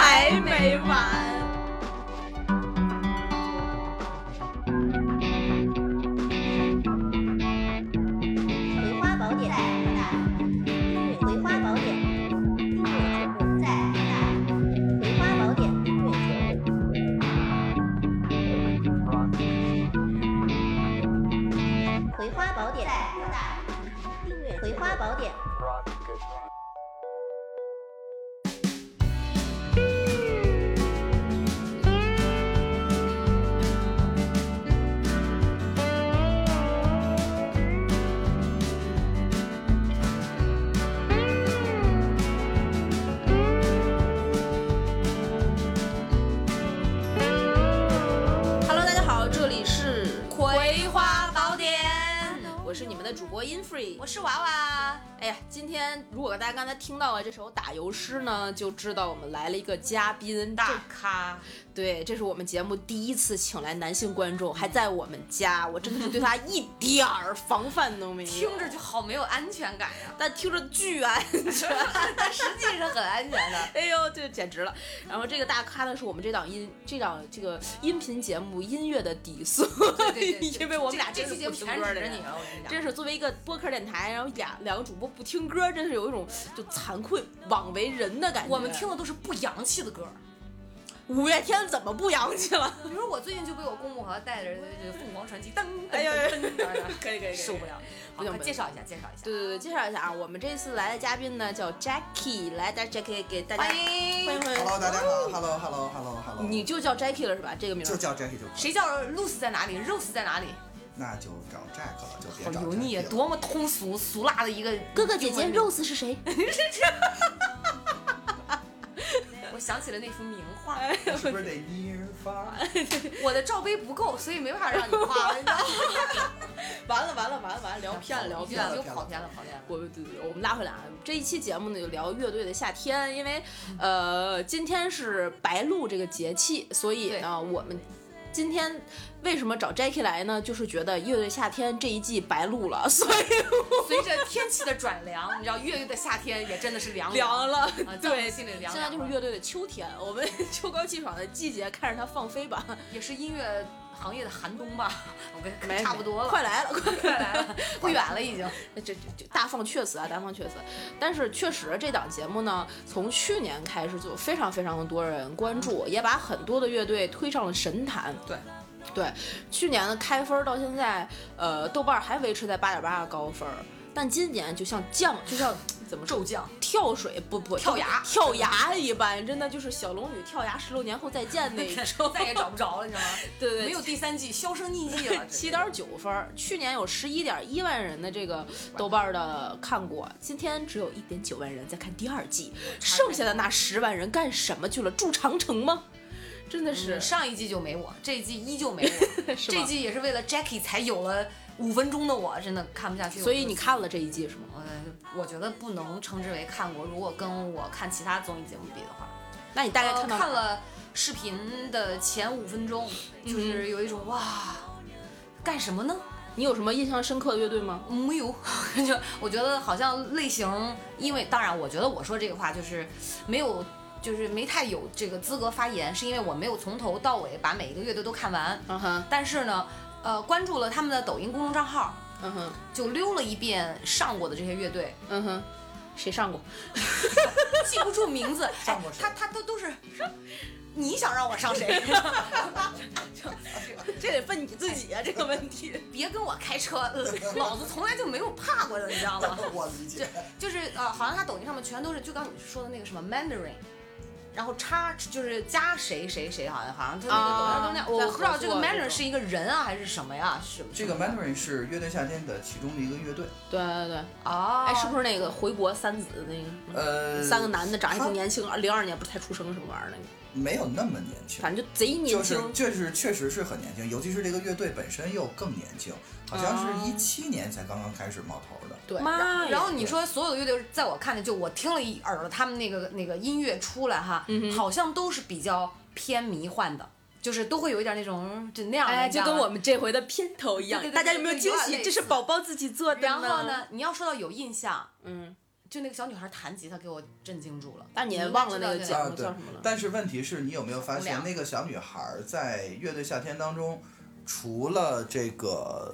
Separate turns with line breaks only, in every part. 非凡。
葵花宝典》在大，葵花宝典》订阅节目在大，葵花宝典》订阅节目。葵花宝典在大，订阅葵花宝典。
Hello，大家好，这里是《葵花宝典》，我是你们的主播 InFree，我是娃娃。哎呀，今天如果大家刚才听到了这首打油诗呢，就知道我们来了一个嘉宾大咖。对，这是我们节目第一次请来男性观众，还在我们 家，我真的是对他一点儿防范都没有。
听着就好没有安全感呀、
但听着巨安全。
但 实际是很安全 的。
哎呦，这简直了！然后这个大咖呢，是我们这档音这档这个音频节目音乐的底色，
对对对
因为我们俩
这
真
这
是
期节
不
目
听
全
歌
指
的
着你
人。
了，我跟你讲。
真是作为一个播客电台，然后俩两个主播不听歌，真是有一种就惭愧枉为人的感觉。
我们听的都是不洋气的歌，
五月天怎么不洋气了？
比如我最近就被我公公和带着这个凤凰传奇噔噔
哎呦
噔噔噔噔，
可以可以可以
受不了。
不
好，
行
快
不行
介绍一下，介绍一下。
对对对，介绍一下啊，我们这次来的嘉宾呢叫 Jackie，来，大家 Jackie 给大家
欢迎
欢迎欢迎
Hello，大家好，Hello，Hello，Hello，Hello，
你就叫 Jackie 了是吧？这个名儿
就叫 Jack 就可以，
谁叫 Lucy 在哪里，Rose 在哪里？
那就找 Jack 了，就别
好
找
油腻，啊，
Jackie 了
多么通俗俗辣的一个
哥哥姐姐
中文名
Rose 是谁？
我想起了那幅名画，
是不是得一人发？
我的罩杯不够，所以没法让你画，你知道吗？
完了完了完了完了，聊偏了聊
已经
偏了。
已经跑偏了，跑偏了。
我对对，我们拉回来啊，这一期节目呢就聊乐队的夏天，因为呃今天是白露这个节气，所以
对
呢我们。今天为什么找 Jackie 来呢？就是觉得乐队夏天这一季白露了，所以
随着天气的转凉，你知道越狱的夏天也真的是凉
凉了
啊，在我
对，
们心里凉
现在就是
凉
乐队的秋天，我们 秋高气爽的季节，看着它放飞吧，
也是音乐行业的寒冬吧，我跟
没
差不多了，
快来了，快
快来了， 不远了已经。
这这这大放厥词啊，大放厥词。但是确实，这档节目呢，从去年开始就有非常非常多人关注，也把很多的乐队推上了神坛。
对。
对，去年的开分到现在，呃，豆瓣还维持在八点八的高分，但今年就像降，就像怎么说
骤降，
跳水不不
跳崖，
跳崖一般，真的就是小龙女跳崖十六年后再见那一种
再也找不着了，你知道吗？
对 对对
没有第三季，销声匿迹了。
七点九分儿，去年有十一点一万人的这个豆瓣儿的看过，今天只有一点九万人在看第二季，剩下的那十万人干什么去了？住长城吗？真的是
是，上一季就没我，这一季依旧没我，
嗯 是
这
吧
一季也是为了 Jackie 才有了五分钟的我，真的看不下去。
所以你看了这一季是吗？
我就，呃，我觉得不能称之为看过。如果跟我看其他综艺节目比的话，
那你大概
呃
哦看到、
看，了视频的前五分钟，就是有一种哇，干什么呢？
你有什么印象深刻的乐队吗？
没有， 就我觉得好像类型，因为当然，我觉得我说这个话就是没有。就是没太有这个资格发言，是因为我没有从头到尾把每一个乐队都看完。
嗯哼，
但是呢，呃，关注了他们的抖音公众账号，
嗯哼，
就溜了一遍上过的这些乐队，
嗯哼，谁上过？
记不住名字， 哎
上过，谁
他他都都是，你想让我上谁？
这得问你自己啊，这个问题。
别跟我开车，呃老子从来就没有怕过的，你知道吗？
我理解，
就是呃，好像他抖音上面全都是，就刚你说的那个什么 Mandarin，然后叉就是加谁谁谁，好像好像他那个抖音上都那样，
啊
我不知道
在合作
这个
这
Mandarin
种
是一个人啊还是什么呀？是
这个 Mandarin 是乐队夏天的其中的一个乐队，
对对对，
哦，
哎，是不是那个回国三子那个？
呃，
嗯三个男的长得还挺
他
年轻，零二年不是才出生什么玩意儿那个，
没有那么年轻，
反正就贼年
就
轻
是。就是确实是很年轻，尤其是这个乐队本身又更年轻，好
哦
像是一七年才刚刚开始冒头的。
对，
然
妈
后然后你说所有的乐队，在我看来，就我听了一耳朵他们那个那个音乐出来哈，
嗯
好像都是比较偏迷幻的，就是都会有一点那种就那样的，
哎，
你知
就
道
跟
吗
我们这回的片头一样
对对，对
大家有没有
对
惊
有点
喜？
类
这是
似
宝宝自己做的。
然后？呢，你要说到有印象，
嗯，
就那个小女孩弹吉他给我震惊住了。
但你也忘了那个
你应该知道这
奖
啊对
叫什么了？
但是问题是你有没有发
无
现
聊
那个小女孩在乐队夏天当中，除了这个。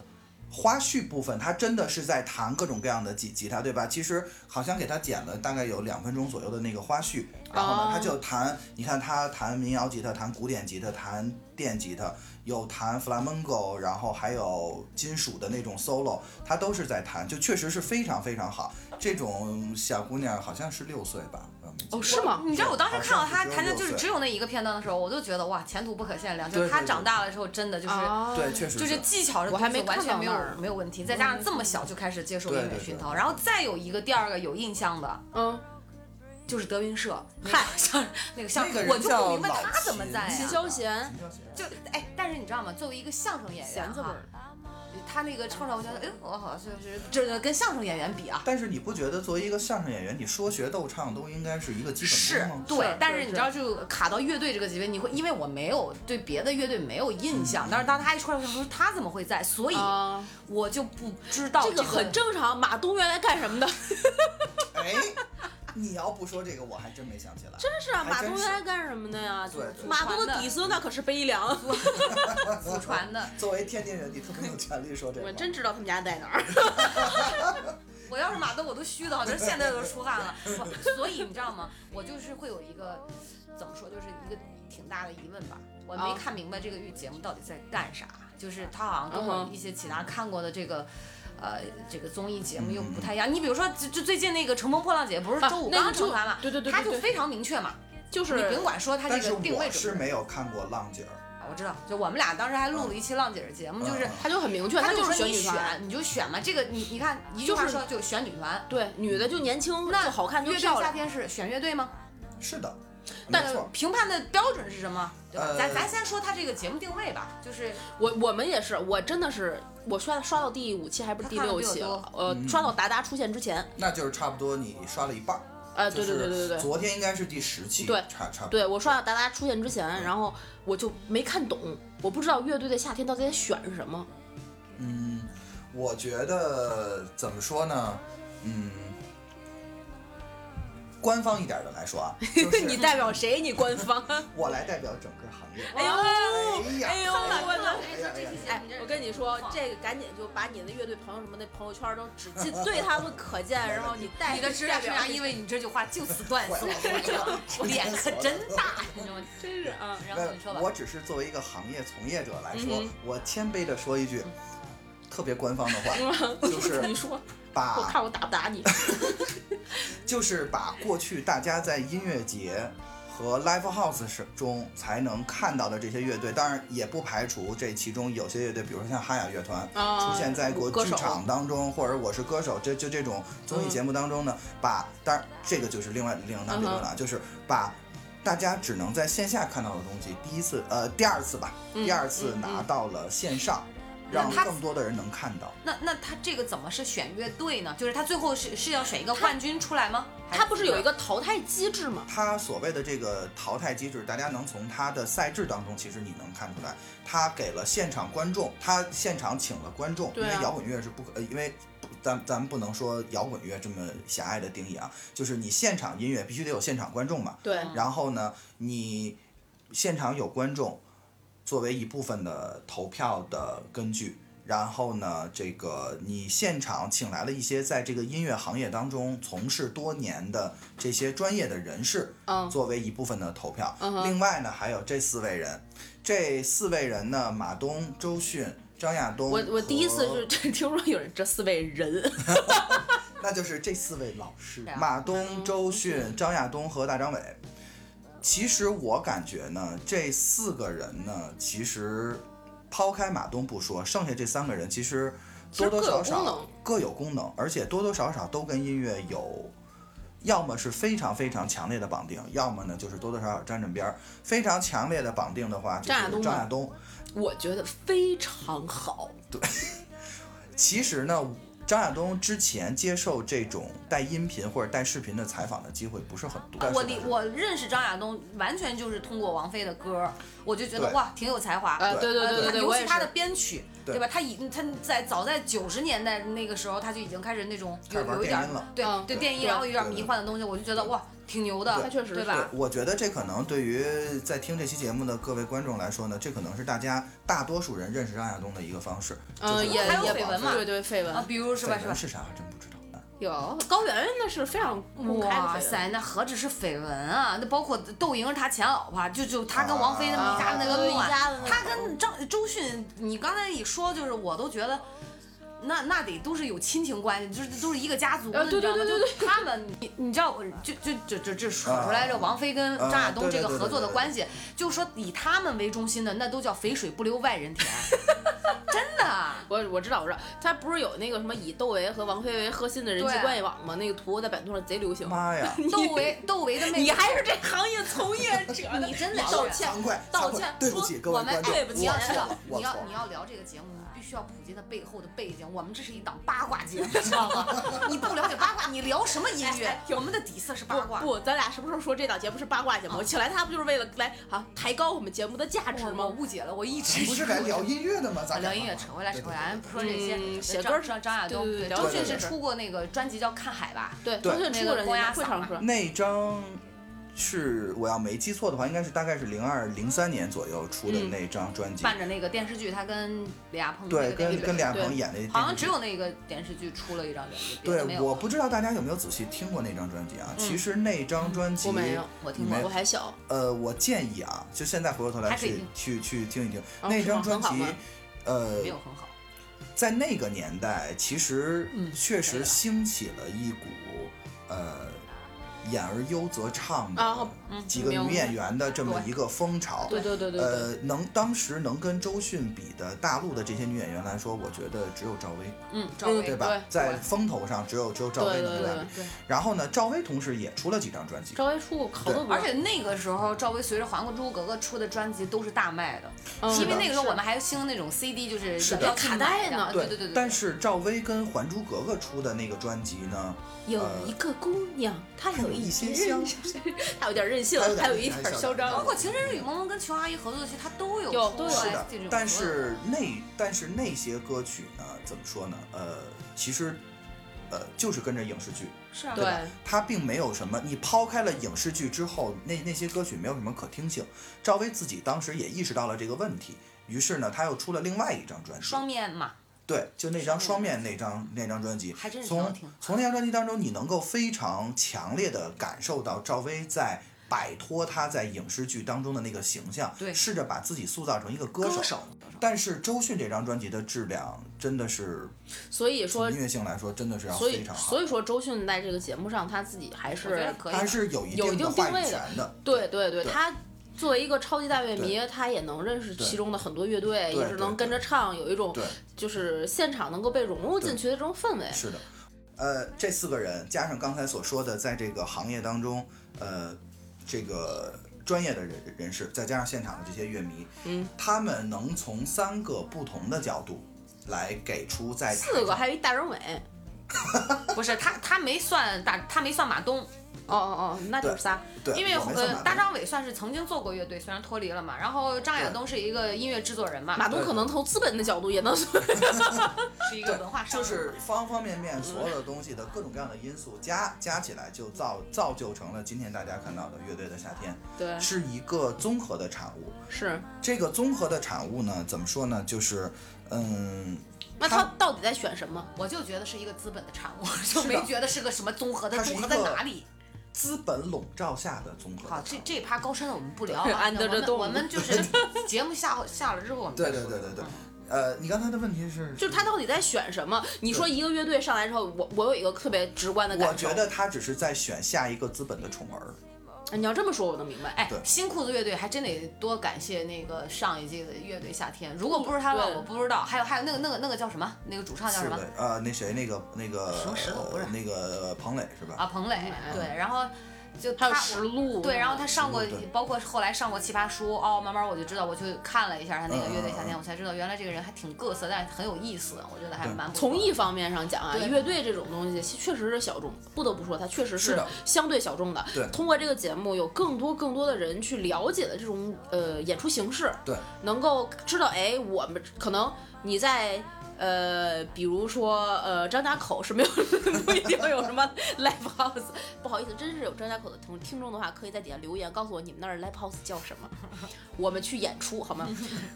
花絮部分，她真的是在弹各种各样的吉吉他，对吧？其实好像给她剪了大概有两分钟左右的那个花絮，然后呢
哦，
她就弹，你看她弹民谣吉他，弹古典吉他，弹电吉他，有弹 flamenco，然后还有金属的那种 solo，她都是在弹，就确实是非常非常好。这种小姑娘好像是六岁吧？我没记
哦
错
是吗
你知道我当时看到她
好像是
弹的
16
就是
岁
只有那一个片段的时候，我就觉得哇，前途不可限量。就
对
是她
对对
长大了之后，真的就是
啊
对，确实
就是技巧这
我还没
东西完全没有
看到那儿
没有问题，再加上这么小就开始接受音
对
乐
对
熏
对
陶，然后再有一个第二个有印象的
嗯，
就是德云社，嗨，像那个像
那个人
我就
叫
不明白
老
他怎么在
秦
秦
呀、
霄贤
秦霄贤
就哎，但是你知道吗？作为一个相声演员
弦子味
哈，
儿，
他那个唱上我觉得，哎，我好像就是这个跟相声演员比啊，
但是你不觉得作为一个相声演员，你说学逗唱都应该是一个基
是
本功吗？
对
是，
但
对
是你
对
知道，就卡到乐队这个级别，你会因为我没有对别的乐队没有印
嗯
象，但是当他一出来的时候，他怎么会在？所以
啊，
我就不知道
这个 很正常。马东原来干什么的？
哎，你要不说这个，我还真没想起来。
真是啊，
还
马
真
东
是
原来干什么的呀？
对对
马东的底嗯孙那可是悲凉，
祖传的。
作为天津人，你特别有权利说这个。
我真知道他们家在哪儿。
我要是马东，我都虚的，好像现在都出汗了。我所以你知道吗？我就是会有一个怎么说，就是一个挺大的疑问吧。我没
啊
看明白这个节目到底在干啥，就是他好像跟我
嗯哼
一些其他看过的这个。呃，这个综艺节目又不
嗯
太一样。你比如说，就就最近那个《乘风破浪》姐不是
啊
周武
那个
刚
就
成团嘛，
对对对对
他就
对
非常明确嘛，
就
你
是
甭管说他
但
这
是
个定位
我是
准不准
没有看过浪姐儿，
我知道，就我们俩当时还录了一期浪姐儿节目，就是
嗯
他就很明确，
他
就
就是说
选
你
女
选
团。
你就选嘛，这个你你看一句
就
话
是
说就选女团，
对，女的就年轻，就好看，就
乐队
漂
夏
亮。
天是选乐队吗？
是的，没
但
错。
评判的标准是什么？对吧？
呃
咱咱先说他这个节目定位吧，就是
我我们也是，我真的是，我刷刷到第五期还不是第六期了，呃，
嗯
刷到达达出现之前，
那就是差不多你刷了一半儿。
呃，对
就是
对对对对对。
昨天应该是第十期，
对
差差不多。
对我刷到达达出现之前，然后我就没看懂，我不知道乐队的夏天到底在选什 么。
嗯，我觉得怎么说呢？嗯，官方一点儿的来说啊，就 是
代表谁？你官方？
我来代表整个行业。
哎呦
哎呀，
哎呦我的
哎呀哎呀
哎，我跟你说，这个赶紧就把你的乐队朋友什么的朋友圈都只进对他们可见，然后你带
你的职业生涯，
一
因为你这句 话就此断送，
我
我我脸可真大，你知道吗？
真是啊，
然后你说吧，
我只是作为一个行业从业者来说
嗯，
我谦卑的说一句特别官方的
嗯
话，就是啊
你说，我
把
看我打不打你？
就是把过去大家在音乐节。和 live house 是中才能看到的这些乐队，当然也不排除这其中有些乐队，比如说像哈雅乐团，
啊
出现在过
歌
剧
手
场当中，或者《我是歌手》这就这种综艺节目当中呢，把当然这个就是另外另当别论了，啊就是把大家只能在线下看到的东西，第一次呃第二次吧，第二次拿到了线上，让
那他
更多的人能看到。
那那他这个怎么是选乐队呢？就是他最后是是要选一个冠军出来吗？
他不是有一个淘汰机制吗？
他所谓的这个淘汰机制，大家能从他的赛制当中，其实你能看出来，他给了现场观众，他现场请了观众，因
对啊
为摇滚乐是不可，呃因为不咱咱们不能说摇滚乐这么狭隘的定义啊，就是你现场音乐必须得有现场观众嘛，
对
然后呢，你现场有观众作为一部分的投票的根据，然后呢，这个你现场请来了一些在这个音乐行业当中从事多年的这些专业的人士，
嗯
作为一部分的投票。
嗯哼
另外呢，还有这四位人，这四位人呢，马东、周迅、张亚东，
我我第一次是 听说有人这四位人，
那就是这四位老师
对啊：
马东、周迅、张亚东和大张伟。其实我感觉呢，这四个人呢，其实抛开马东不说，剩下这三个人其实
实
多多
各
少
有功
少
能
各有功能，而且多多少少都跟音乐有。要么是非常非常强烈的绑定，要么呢就是多多少少沾沾边儿。非常强烈的绑定的话，就是
张亚东吗
张亚东。
我觉得非常好。
其实呢，张亚东之前接受这种带音频或者带视频的采访的机会啊不是很多。
啊我理我认识张亚东，完全就是通过王菲的歌，我就觉得
对
哇，挺有才华。
呃，对对对对对，
尤
我
其
也
他的
是。
编曲，
对
对吧？他已他在早在九十年代那个时候，他就已经开始那种
开
有
始玩
有一点
电
儿
音了。
对
嗯
对
对
电音，
对
然后有点
对对
迷幻的东西，我就觉得哇，挺牛的，
他确
对
实是
对
吧？，
我觉得这可能对于在听这期节目的各位观众来说呢，这可能是大家大多数人认识张亚东的一个方式。就是
嗯，也
还有
也
绯闻嘛
对对，绯
啊
闻，
比如是吧
绯
是
闻
吧？
是啥还真不知道。
有高圆圆那是非常公开的绯
哇
闻
塞，那何止是绯闻啊！那包括窦莹是他前老婆，就就他跟王菲那啊么一家
啊
那个
对一
乱，
家子那
他跟张周迅，你刚才一说，就是我都觉得。那那得都是有亲情关系，就是都是一个家族的，
啊对
你知道吗？
对对对
就他们，你你知道，我就就就就就数出来这
啊
王菲跟
啊
张亚东
对
这
对
个
对
合
对
作的
对
关系，就说以他们为中心的，那都叫肥水不流外人 田，真的。
我我知道，我知道，他不是有那个什么以窦唯和王菲为核心的人际
对
关系网吗？那个图在百度上贼流行。
妈 呀！
窦唯窦唯的妹妹，
你还是这行业从业者呢，
你真的是
道 歉，
惭愧，
道
惭愧
歉
对不
说
起各位
我们
观众，
对不起
你要
我
知
错
道
了，，我
你要
错
你
了。
要聊这个节目，你必须要普及它背后的背景。我们这是一档八卦节目，知道吗？你不了解八卦，你聊什么音
哎
乐？我们的底色是八卦。
不，咱俩什么时候说这档节目是八卦节目？我请来他不就是为了来啊抬高我们节目的价值
我我
吗？
误解了，我一直
不是来聊音乐的吗？咱
啊
俩
聊音乐，扯回来扯回来，咱不说这
嗯
些。
写
张
歌儿
张张亚东，
对对对
周
对
迅是
对
出过那个专辑叫《看海》吧？
对，
对
周迅
那
出
个
过人
公鸭
家会
嗓
唱
嘛
歌，
那张是我要没记错的话，应该是大概是零二零三年左右出的
嗯
那张专辑，
伴着那个电视剧，他跟李亚鹏那
对，
个电视
跟
剧
跟
俩
梁
对
鹏演的电视剧，
好像只有那个电视剧出了一张专辑，别的没
对，
有
我
了
不知道大家有没有仔细听过那张专辑啊？其实那张专辑
我没有，
我
你
听
没
过
有
我还小，
呃，我建议啊，就现在回过头来
还可以
去去去听一听
哦
那
是
张
吗
专
很好
辑
吗。
呃
没，有很好。
在那个年代，其实
嗯
确
没
实
了
兴起了一股呃“演而优则唱”
啊
的
嗯
几个
明
女
白
演员的这么
对
一个风潮。
对对对对对，
呃，能当时能跟周迅比的大陆的这些女演员来说，我觉得只有赵薇，
嗯，赵薇
对吧？
哎对
在
对
风头上只有只有赵
对
薇
对
能
对
代表
对。
对。
然后呢，赵薇同时也出了几张专辑，
赵薇出过好多歌，
而且那个时候，赵薇随着黄珠格格出的专辑都是大卖的，
嗯
因为
的
那个时候我们还兴那种 CD，就是
是的
要去
卡
买
带
的
呢
啊对对对对。
但是赵薇跟《还珠格格》出的那个专辑呢，
有
呃
一个姑娘，她有
有一
一
些
些
嚣
任性，她有点任性
她有，点
还有一
任性
点嚣
还小
包
张。
括《情深深雨蒙蒙》跟琼阿姨合作的戏，她都有
有
出
都有
来
是
对
的
这种，
但
所有的
是那但是那些歌曲呢，怎么说呢？呃，其实，呃，就是跟着影视剧，
是啊，
对吧它并没有什么。你抛开了影视剧之后，那那些歌曲没有什么可听性。赵薇自己当时也意识到了这个问题，于是呢，她又出了另外一张专辑，
双面嘛，
对，就那张双面那张那张专辑，
还真是挺好
从
听的
从那张专辑当中，你能够非常强烈的感受到赵薇在摆脱她在影视剧当中的那个形象，
对
试着把自己塑造成一个歌
歌
手。
手
但是周迅这张专辑的质量真的是，
所以说
从音，乐性来说真的是要
所
非
以
常好
所，以说周迅在这个节目上，她自己还
我觉得
是
可以
它
的。
是有一
有一
的
定定
话语
位的
权的。
对对对，
对
她作为一个超级大乐迷，她也能认识其中的很多乐队，
对
也是能跟着唱，有一种
对
就是现场能够被融入进去的这种氛围。
是的，呃，这四个人加上刚才所说的，在这个行业当中，呃，这个专业的人人士，再加上现场的这些乐迷，
嗯，
他们能从三个不同的角度来给出在
四个，还有一大张伟。
不是他，他没算大，他没算马东，
哦哦哦，那就是仨。
对，
因为
我没算
呃，
满
大张伟算是曾经做过乐队，虽然脱离了嘛。然后张亚
对
东是一个音乐制作人嘛，
马东可能从资本的角度也能说，
是一个文化
就
上嗯
是方方面面所有的东西的各种各样的因素加加起来，就造造就成了今天大家看到的乐队的夏天，
嗯
对，
是一个综合的产物。
是。
这个综合的产物呢，怎么说呢？就是，嗯，
那
他
他到底在选什么？
我就觉得是一个资本的产物，就没觉得是个什么综合的，
它是一
综
个
合在哪里？
资本笼罩下的综合的
好，
产
这
物。
这趴高深的我们不聊啊，
安
那
德
我
烈
们
动物
我们就是 节目下下了之后，我们
对
再
对
说
对对对
嗯，
呃，你刚才的问题是，
就是他到底在选什么？你说一个乐队上来之后，我我有一个特别直观的感
我
受。
觉得他只是在选下一个资本的宠儿。
哎你要这么说，我能明白。哎，
哎
对，
新裤子乐队还真得多感谢那个上一届的乐队夏天，如果不是他
对
们，我不知道。还有还有那个那个那个叫什么？那个主唱叫
是
什么？
的，呃，那谁，那个那个
什么石头不是
那个彭磊是吧？
啊，彭磊。
嗯
对，然后就
还有
他
实录，
对，然后他上过
嗯对对，
包括后来上过《奇葩说》哦，慢慢我就知道，我去看了一下他那个
嗯
《乐队夏天》
嗯嗯
我才知道原来这个人还挺各色，但是很有意思，我觉得还
对
蛮不错
从艺方面上讲啊，
对
乐队这种东西其确实是小众，不得不说它确实
是
是
的
相对小众的。
对
通过这个节目，有更多更多的人去了解了这种呃演出形式，
对，
能够知道哎，我们可能你在。呃，比如说，呃，张家口是没有 不一定有什么 live house，不好意思，真是有张家口的听听众的话，可以在底下留言告诉我你们那儿 live house 叫什么， 我们去演出 好吗？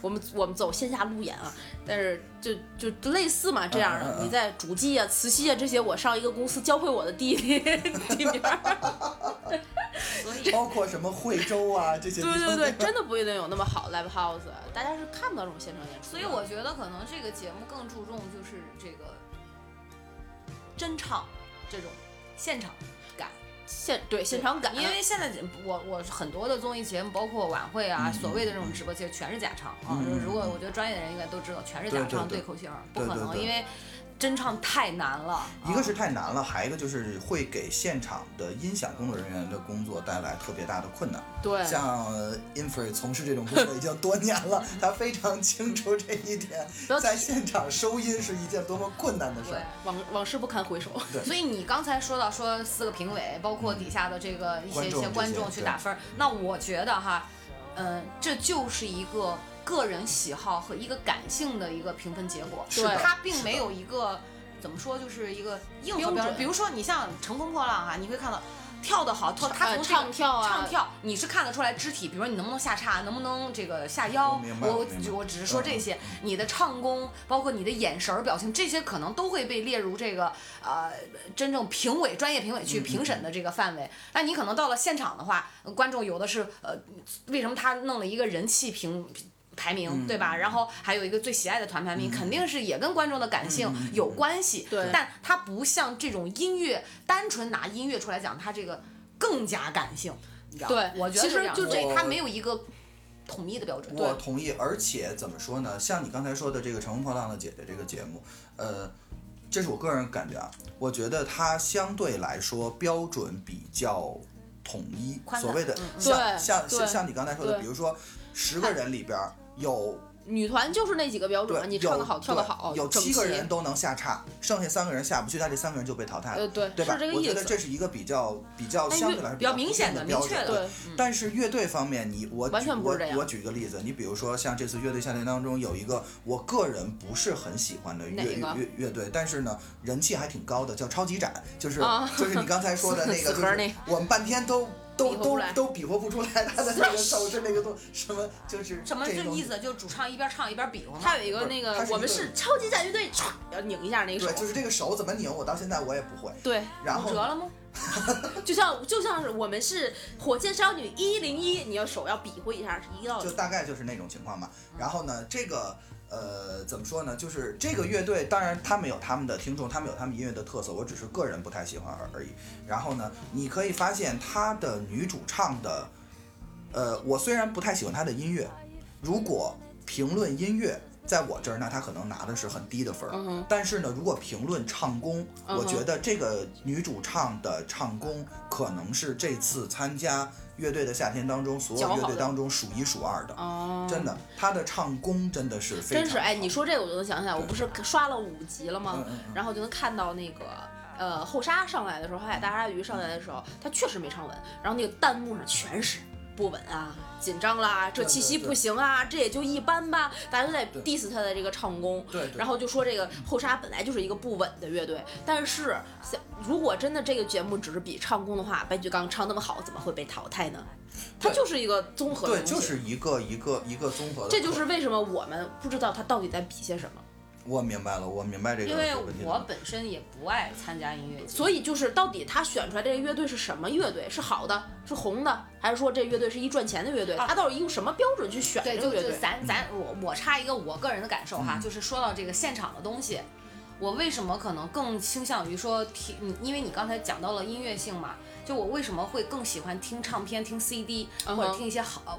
我们我们走线下路演啊，但是就就类似嘛这样
嗯嗯
的，
嗯
你在主机啊、磁吸啊这些，我上一个公司教会我的地 地名儿，
所以
包括什么惠州啊 这些地
对
方。
对对，真的不一定有那么好 live house，大家是看不到这种现场演出的。
所以我觉得可能这个节目更注重就是这个真唱这种现场感，
现对嗯现场感，
因为现在我我很多的综艺节目，包括晚会啊，
嗯
所谓的这种直播，其实全是假唱啊。
嗯
如果我觉得专业的人应该都知道，全是假唱
对对对
口型，不
对对
可能，
对
因为真唱太难了。
一个
啊
是太难了，还一个就是会给现场的音响工作人员的工作带来特别大的困难。
对
像 i n f r y 从事这种工作已经多年 了，他非常清楚这一点
不要，
在现场收音是一件多么困难的事
对
儿。。
往往事不堪回首。
所以你刚才说到说四个评委，包括底下的这个一些
观
一
众
些
这
观
些
众去
对
打分儿，那我觉得哈，嗯，这就是一个个人喜好和一个感性的一个评分结果，
是
的
它并没有一个怎么说，就是一个硬核
标
标准。
准
比如说你像《乘风破浪》哈，你会看到。跳得好，跳他
呃
从这个
唱跳啊
唱跳，你是看得出来肢体，比如说你能不能下叉，能不能这个下腰
我明，白
我
我明白
我只是说这些
嗯，
你的唱功，包括你的眼神儿、表情，这些可能都会被列入这个呃真正评委、专业评委去评审的这个范围。那你可能到了现场的话，呃观众有的是呃，为什么他弄了一个人气评？排名对吧？然后还有一个最喜爱的团排名，肯定是也跟观众的感性有关系。
对
但它不像这种音乐，单纯拿音乐出来讲，它这个更加感性。你知道吗
对
我觉得
其
是
实
这样
就
所以
我
它没有一个统一的标准。
我同意，而且怎么说呢？像你刚才说的这个《乘风破浪的姐姐》这个节目，呃，这是我个人感觉啊，我觉得它相对来说标准比较统一。
宽泛
所谓的
嗯嗯
像像
对
像像你刚才说的，
对
比如说十个人里边儿有
女团就是那几个标准
对
嘛，，你
有
唱得好，跳得
对
好，
有
整
七个
齐
人都能下叉，剩下三个人下不去，那这三个人就被淘汰
呃
了。
对，
对吧？
是这个
我
意
觉得
思。
这是一个比较比较
但
相
乐
对来说
比较
固
明
定
显
的
的
标
明确
准
的
对，
但是乐队方面，你我
嗯完
举
全不是这样
我我举一个例子，你比如说像这次乐队夏天当中有一个我个人不是很喜欢的
哪
乐
一
乐
个
乐乐队，但是呢人气还挺高的，叫超级展，就是、
啊
就是你刚才说的 那
死
个，就
核那
是我们半天都。都
比划不
都
来
都比划不出来他的那个手势那个动什么就是
什么
这
就
种
意思？就主唱一边唱一边比划嘛。
他有一个那
啊不是它
个
是，一
我们
个
是超级战乐队，唰要拧一下那个手
对，，就是这个手怎么拧，我到现在我也不会。
对，
然
骨
后
折了 吗？
就像就像是我们是火箭少女一零一，你要手要比划一下是一个道
就
理。
大概就是那种情况吧。然后呢，这个呃怎么说呢？就是这个乐队，当然他们有他们的听众，他们有他们音乐的特色，我只是个人不太喜欢而而已。然后呢，你可以发现他的女主唱的，呃，我虽然不太喜欢她的音乐，如果评论音乐。在我这儿，那她可能拿的是很低的分儿，
嗯哼
但是呢，如果评论唱功，
嗯哼
我觉得这个女主唱的唱功可能是这次参加乐队的夏天当中所有
较好
乐队
的
当中数一数二的。
哦
真的，他的唱功真的是非常
真是哎，你
说
说这个我就能想起来，我不是刷了五集了吗
嗯嗯？嗯
然后就能看到那个。呃，后沙上来的时候，海大鲨鱼上来的时候，他确实没唱稳，然后那个弹幕上全是不稳啊，紧张啦，这
对对
气息
对
不行啊，这也就一般吧，大家都在 diss 他的这个唱功，
对对
然后就说这个后沙本来就是一个不稳的乐队，但是像如果真的这个节目只是比唱功的话，白举纲唱那么好，怎么会被淘汰呢？它
对
就是一个综合的
对，
东西，
就是一个一个一个综合的课，
这就是为什么我们不知道他到底在比些什么。
我明白了，我明白这个
因为
这个问题
我
了
本身也不爱参加音乐节，
所以就是到底他选出来这个乐队是什么乐队？是好的，是红的，还是说这乐队是一赚钱的乐队？
啊
他到底用什么标准去选
对，
这
就
个乐
就
队？
咱咱我我插一个我个人的感受哈，
嗯
就是说到这个现场的东西，我为什么可能更倾向于说听，你因为你刚才讲到了音乐性嘛，就我为什么会更喜欢听唱片、听 CD
嗯哼
或者听一些好。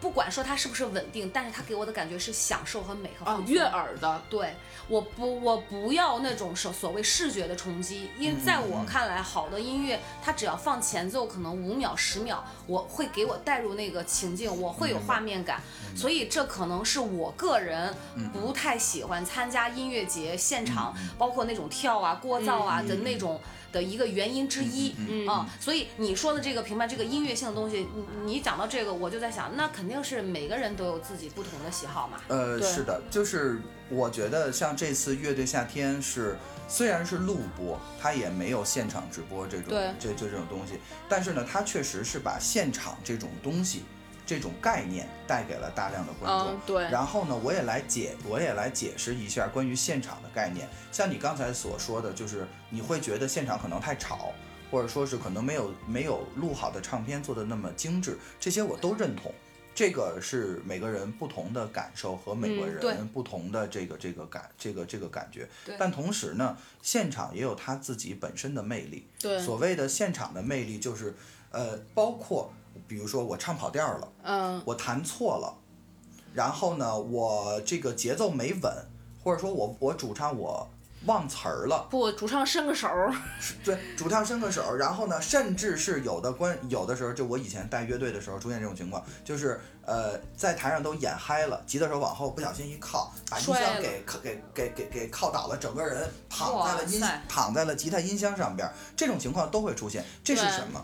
不管说它是不是稳定，但是它给我的感觉是享受和美和
啊
放，松
悦耳的，
对，我不我不要那种所所谓视觉的冲击，因为在
嗯
我看来，好的音乐它只要放前奏，可能五秒十秒，我会给我带入那个情境，我会有
嗯
画面感，所以这可能是我个人
嗯
不太喜欢参加音乐节现场，包括那种跳啊、聒噪啊的那种的一个原因之一。
嗯
啊、所以你说的这个评判这个音乐性的东西，你你讲到这个，我就在想，那肯定是每个人都有自己不同的喜好嘛。
呃，
对
是的，就是我觉得像这次乐队夏天是，虽然是录播，它也没有现场直播这种
对
这这这种东西，但是呢，它确实是把现场这种东西、这种概念带给了大量的观众。
嗯，对，
然后呢，我也来解，我也来解释一下关于现场的概念。像你刚才所说的，就是你会觉得现场可能太吵，或者说是可能没有没有录好的唱片做的那么精致，这些我都认同。这个是每个人不同的感受和每个
嗯
对
人不同的这个、这个感这个这个感觉
对，
但同时呢，现场也有它自己本身的魅力。
对，
所谓的现场的魅力就是，呃，包括比如说我唱跑调了，
嗯，
我弹错了，然后呢，我这个节奏没稳，或者说我我主唱我忘词儿了，
不，主唱伸个手儿，
对，主唱伸个手，然后呢，甚至是有的关有的时候，就我以前带乐队的时候出现这种情况，就是呃，在台上都演嗨了，吉他手往后不小心一靠，把音箱
摔了
给给给给给靠倒了，整个人躺在了音
哇塞
躺在了吉他音箱上边儿，这种情况都会出现，这是
对
什么？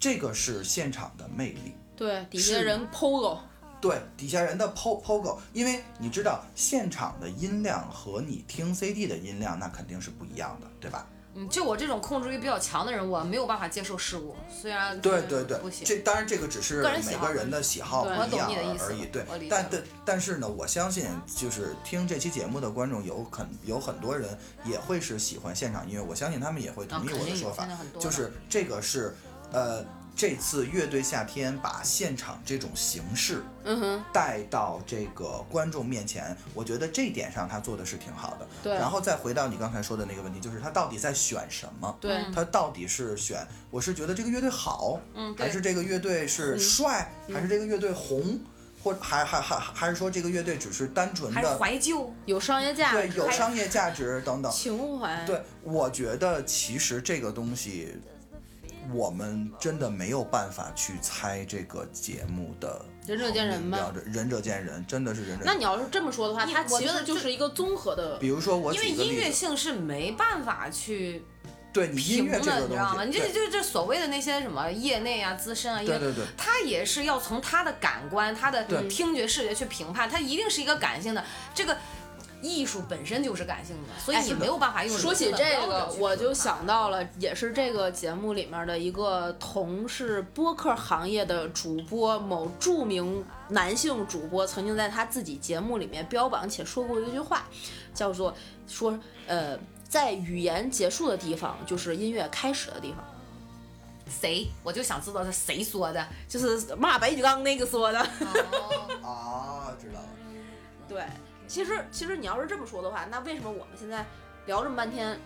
这个是现场的魅力。
对，底下
是
人 POGO，
对底下人的 po pogo，因为你知道现场的音量和你听 CD 的音量那肯定是不一样的，对吧？
嗯，就我这种控制欲比较强的人，我没有办法接受事物。虽然
对对对
不，行，
这当然这个只是
个人喜
每
好
个人的喜好不
对
一
我懂
样
你的意思
而已，对
我理。解
但但但是呢，我相信就是听这期节目的观众有很有很多人也会是喜欢现场音乐，我相信他们也会
啊
同意
肯
我
定
的
有
说法
现在很，多
就
的
是这个是呃这次乐队夏天把现场这种形式。
嗯哼，
带到这个观众面前，我觉得这一点上他做的是挺好的。
对
然后再回到你刚才说的那个问题，就是他到底在选什么？
对，
嗯
他到底是选我是觉得这个乐队好，
嗯，
还
对嗯
是这个乐队是帅，还是这个乐队红，或还还还还是说这个乐队只是单纯
还是
的
怀旧，
有商业价
对
值，
有
还
商业价值等等？
情怀，
对，我觉得其实这个东西，我们真的没有办法去猜这个节目的
仁者见仁
标
吧。
准，仁者见仁，真的是仁者。
那你要是这么说的话，
你
它
我
其
觉得
实就
这
是一个综合的
比，如说我
因为
举个
音乐
例子，
性是没办法去
对你音
评
乐
的，
这个
你知道吗？
东西，
你这
对
就这所谓的那些什么业内啊、资深啊，因
对
为
对对，
他也是要从他的感官、他的
对
听觉、视觉去评判，他一定是一个感性的这个。艺术本身就是感性的，所以
哎
你
是的
没有办法用
说
理
起
论
这
标准
个
去，
我
评
就
判
想到了，也是这个节目里面的一个同是播客行业的主播，某著名男性主播曾经在他自己节目里面标榜且说过一句话，叫做说呃，在语言结束的地方就是音乐开始的地方，
谁，我就想知道是谁说的。
就是骂白举纲那个说的。
啊，知道了。
对，其实其实你要是这么说的话，那为什么我们现在聊这么半天，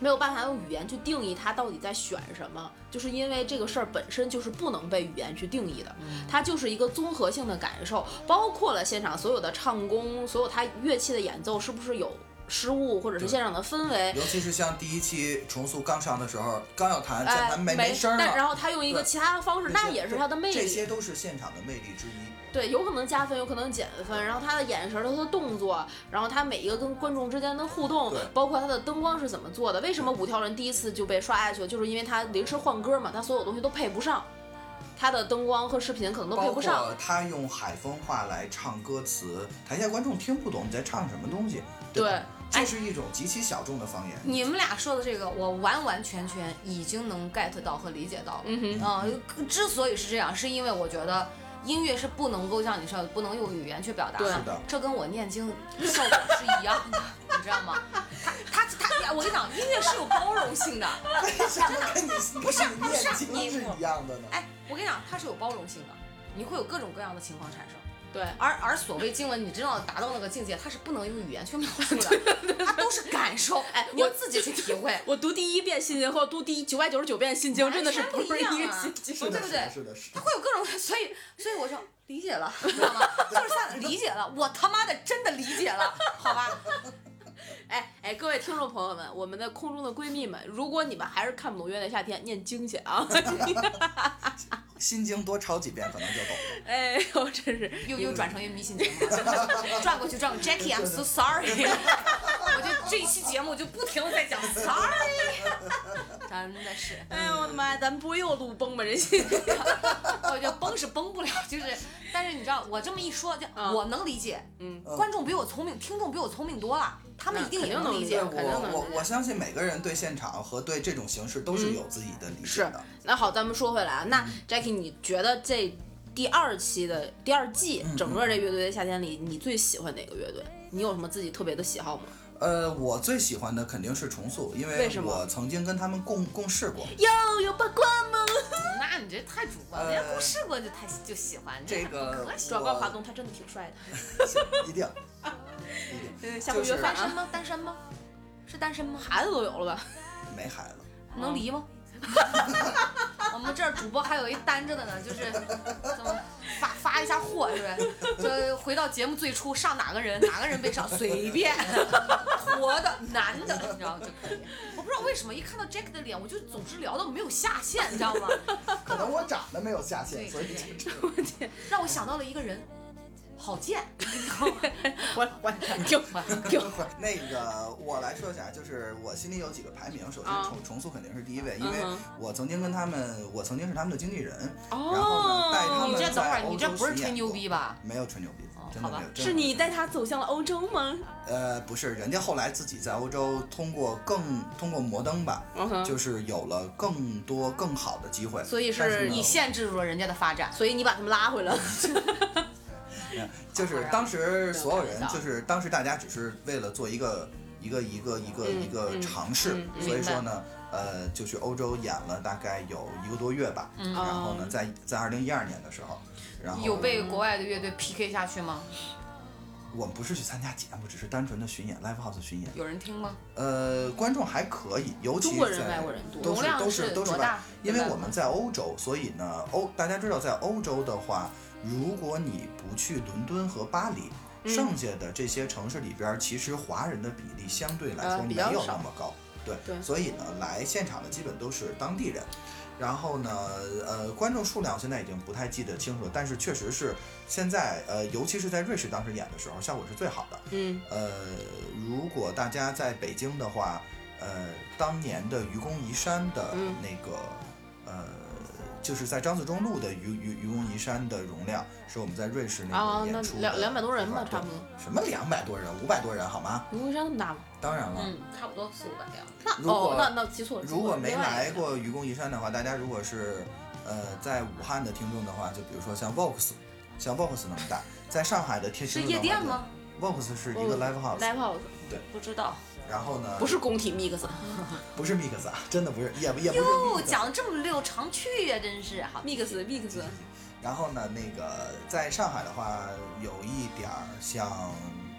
没有办法用语言去定义它到底在选什么？就是因为这个事儿本身就是不能被语言去定义的，
嗯
它就是一个综合性的感受，包括了现场所有的唱功，所有它乐器的演奏是不是有失误，或者是
对
现场的氛围。
尤其是像第一期重塑刚上的时候，刚要弹
呃
键
哎，
盘没没声儿
但
了，
然后他用一个
对
其他的方式，
这
那
些
也是他的魅
这
力
些。都是现场的魅力之一。
对，有可能加分，有可能减分。然后他的眼神儿、他的动作，然后他每一个跟观众之间的互动
对，
包括他的灯光是怎么做的。为什么五条人第一次就被刷下去了？就是因为他临时换歌嘛，他所有东西都配不上，他的灯光和视频可能都配
包
不上。
括他用海风话来唱歌词，台下观众听不懂你在唱什么东西，
对
吧，这是一种极其小众的方言。
哎你们俩说的这个，我完完全全已经能 get 到和理解到了。
嗯
嗯、之所以是这样，是因为我觉得音乐是不能够像你说的，不能用语言去表达
对
是的
这跟我念经效果是一样的，你知道吗？ 他他他，哎呀我跟你讲，音乐是有包容性的。
为什么跟你不是
不是
念经
你
是一样的呢？
哎哎，我跟你讲，它是有包容性的，你会有各种各样的情况产生。
对对
而而所谓经文，你真要达到那个境界，它是不能用语言去描述 的，它都是感受，哎，你要
我
自己去体会。
我读第一遍心经和读第九百九十九遍心经，真的是
完全不
是
一样
一个
啊
心经。
是的
对不
是的
对
是的，是的
它。会有各种， 所以所以我就理解了，你知道吗？就是 像理解了，我他妈的真的理解了，好吧？
哎哎，各位听众朋友们，我们的空中的闺蜜们，如果你们还是看不懂《月亮夏天》，念经去 啊！
心经多抄几遍可能就懂了。
哎呦，真是
又又转成一个迷信节目了，转过去转过去，Jackie，I'm so sorry。我就这一期节目就不停的在讲 sorry，真的是，
哎呦我的妈呀！咱们不会又录崩吧？人心
我就崩是崩不了，就是，但是你知道我这么一说，就
嗯
我能理解，
嗯，
观众比我聪明，听众比我聪明多了，他们
那
一定也
肯定能
理
理
解
解
对
肯定能
我
理解嗯
我我相信每个人对现场和对这种形式都是有自己的理解
是
的。。嗯
那好，咱们说回来啊，那 Jackie，你觉得这第二期的第二季，
嗯
整个这乐队的夏天里，你最喜欢哪个乐队？你有什么自己特别的喜好吗？
呃，我最喜欢的肯定是重塑，因
为
为
什么
我曾经跟他们共共事过。
又有八卦吗？
那你这太主观了，
呃
人家不试过就太就喜欢
这个
可喜
转告华
我
东，他真的挺帅的。
一定一定
嗯，下回约
欢
单
饭
身
啊，
吗？单身吗？是单身吗？
孩子都有 了吧？
没孩子。
能离吗？我们这儿主播还有一单着的呢，就是怎么发发一下货是不是？就回到节目最初，上哪个人，哪个人被上，随便，活的、男的，你知道就可以。我不知道为什么一看到 Jack 的脸，我就总是聊到没有下限，你知道吗？
可能我长得没有下限，
对
所以
对
就
让我想到了一个人，郝建，
我我就就
那个我来说一下，就是我心里有几个排名，首先
啊
重重塑肯定是第一位，因为
嗯
我曾经跟他们，我曾经是他们的经纪人，啊然后呢带他
哦
们
你这等会儿，
在欧洲
你这不是
巡演
吹牛
过
逼吧？
没有吹牛逼
哦，
真的
好吧
没有。真的
是
没有
你带他走向了欧洲吗？
呃，不是，人家后来自己在欧洲通过更通过摩登吧，
嗯哼
就是有了更多更好的机会。
所以是
但是呢
你限制住了人家的发展。
所以你把他们拉回来了。
就是
啊
当时所有人
没有，看到
就是当时大家只是为了做一个一个一个一个
嗯
一个
嗯
尝试
嗯，
所以
明白
说呢，呃，就去欧洲演了大概有一个多月吧。
嗯
然后
哦
呢，在在二零一二年的时候，然后嗯
有被国外的乐队 PK 下去吗？
我们不是去参加节目，只是单纯的巡演，live house 巡演。
有人听吗？
呃，观众还可以，尤其
中国人
在
外国人多
都
容
是
量
都
是
是都是
多
外
大
因为
多大
我们在欧洲，所以呢，欧大家知道，在欧洲的话，如果你不去伦敦和巴黎，
嗯
剩下的这些城市里边儿，其实华人的比例相对来
呃
说
比
没
较
有
少
那么高。对，
对
所以呢，来现场的基本都是当地人。然后呢，呃，观众数量现在已经不太记得清楚了，但是确实是现在，呃，尤其是在瑞士当时演的时候，效果是最好的。
嗯，
呃，如果大家在北京的话，呃，当年的愚公移山的
嗯
那个，呃，就是在张自忠路的愚愚愚公移山的容量，是我们在瑞士那
啊
个，
那
演出
两
的
两百多人
地
吧，
方
差不多。。
对什么两百多人，五百多人好吗？
卢沟山那么大吗？
当然了，，
嗯差不多四五百辆。
如
那嗯哦
果，
那那记错了。记错
如果
了
没
另外一个
来过愚公移山的话，大家如果是呃在武汉的听众的话，就比如说像 Vox，像 Vox 那么大，在上海的听
是
听众
夜店
的话
吗？
？Vox 是一个 live house，
live house
不知道。
然后呢？
哦不是工体 mix，
不是 mix 啊，真的不是，也不也不
哟，
是 mix。
哦讲得这么溜，常去呀，真是好。
mix mix，
然后呢，那个在上海的话，有一点儿像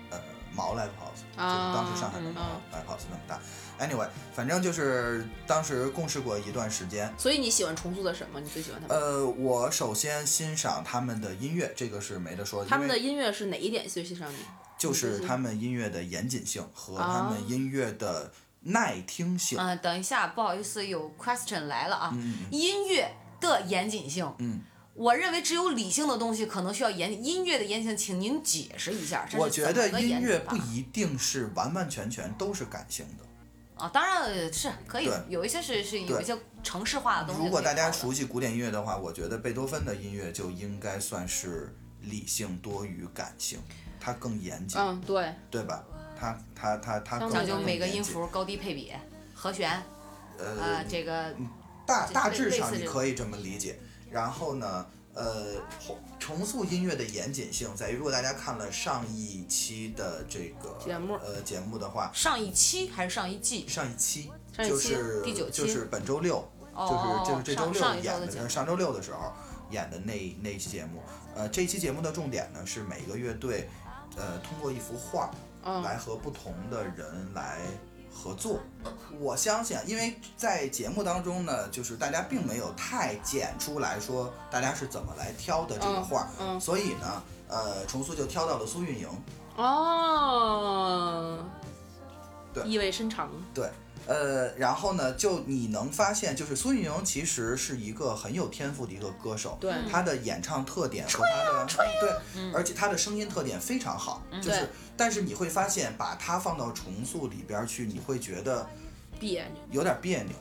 呃毛 live house，就是
啊
当时上海的
嗯
毛
嗯
live house 那么大。Anyway，反
嗯
正就是当时共事过一段时间。
所以你喜欢重塑的什么？你最喜欢他们？
呃，我首先欣赏他们的音乐，这个是没得说的，
他们
因
的
为
音乐是哪一点最欣赏你？
就是他们音乐的严谨性和他
啊
们音乐
哦
的耐听性。
嗯，等一下，不好意思，有 question 来了啊。
嗯
音乐的严谨性，
嗯，
我认为只有理性的东西可能需要严谨，音乐的严谨性，请您解释一下。这
我
是
觉
怎
得
么个
音
严
乐
谨法
不一定是完完全全都是感性的。
啊，当然呃是可以
对，
有一些是是有
对
一些城市化的东西。
如果大家，熟悉古典音乐的话，我觉得贝多芬的音乐就应该算是理性多于感性，它更严谨，
嗯，对，
对吧？它它它它更
讲
讲究
更
每个
严
音
谨
符高低配比、和弦，
呃
呃，这个
大
这
大
类
致
类
上
似
你
这
可以这么理解。然后呢，呃，重重塑音乐的严谨性在于，如果大家看了上一期的这个
节目
呃节目的话，
上一期还是上一季？
上一期
上一
就
期
是
第九
就
期
是本周六，
哦
就是就是这周
上上
六
一周
演
的
的
节
时候，
目
上周六的时候，演的那那一期节目。呃，这一期节目的重点呢是每个乐队，呃，通过一幅画
嗯
来和不同的人来合作。我相信啊，因为在节目当中呢，就是大家并没有太剪出来说大家是怎么来挑的这个画，
嗯
所以呢，呃，重塑就挑到了苏运莹。
哦，
对
意味深长。
对，呃，然后呢，就你能发现，就是苏运莹其实是一个很有天赋的一个歌手，
对
嗯
她的演唱特点和
啊
她的、对，而且她的声音特点非常好，就
嗯
是
对，
但是你会发现，把她放到重塑里边儿去，你会觉得
别扭。
有点别扭。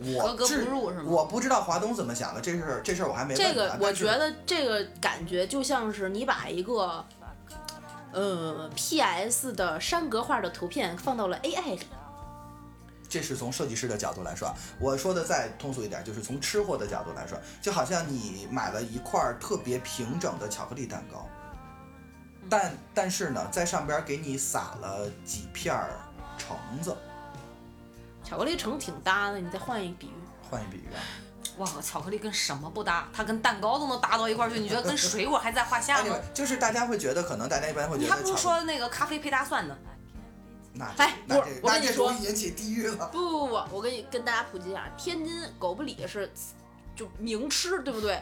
我
格格不
至
入是吗
我不知道华东怎么想的，这事儿这事儿我还没问
这
他
个我
但
觉
是
得这个感觉就像是你把一个，呃，PS 的山格画的图片放到了 AI 里，
这是从设计师的角度来说啊，我说的再通俗一点，就是从吃货的角度来说，就好像你买了一块特别平整的巧克力蛋糕，
嗯
但但是呢，在上边给你撒了几片儿橙子，
巧克力橙挺搭的，你再换一个比喻，
换一比喻啊，
哇，巧克力跟什么不搭？它跟蛋糕都能搭到一块儿去，你觉得跟水果还在话下吗
Anyway，？就是大家会觉得，可能大家一般会觉
你
得巧
还
克
不
力，
如说那个咖啡配大蒜呢。
那
哎
那
我
这
我
那
跟你
这
说
容易引起地狱了。
不不不，我跟你跟大家普及一下，天津狗不理是就名吃，对不对？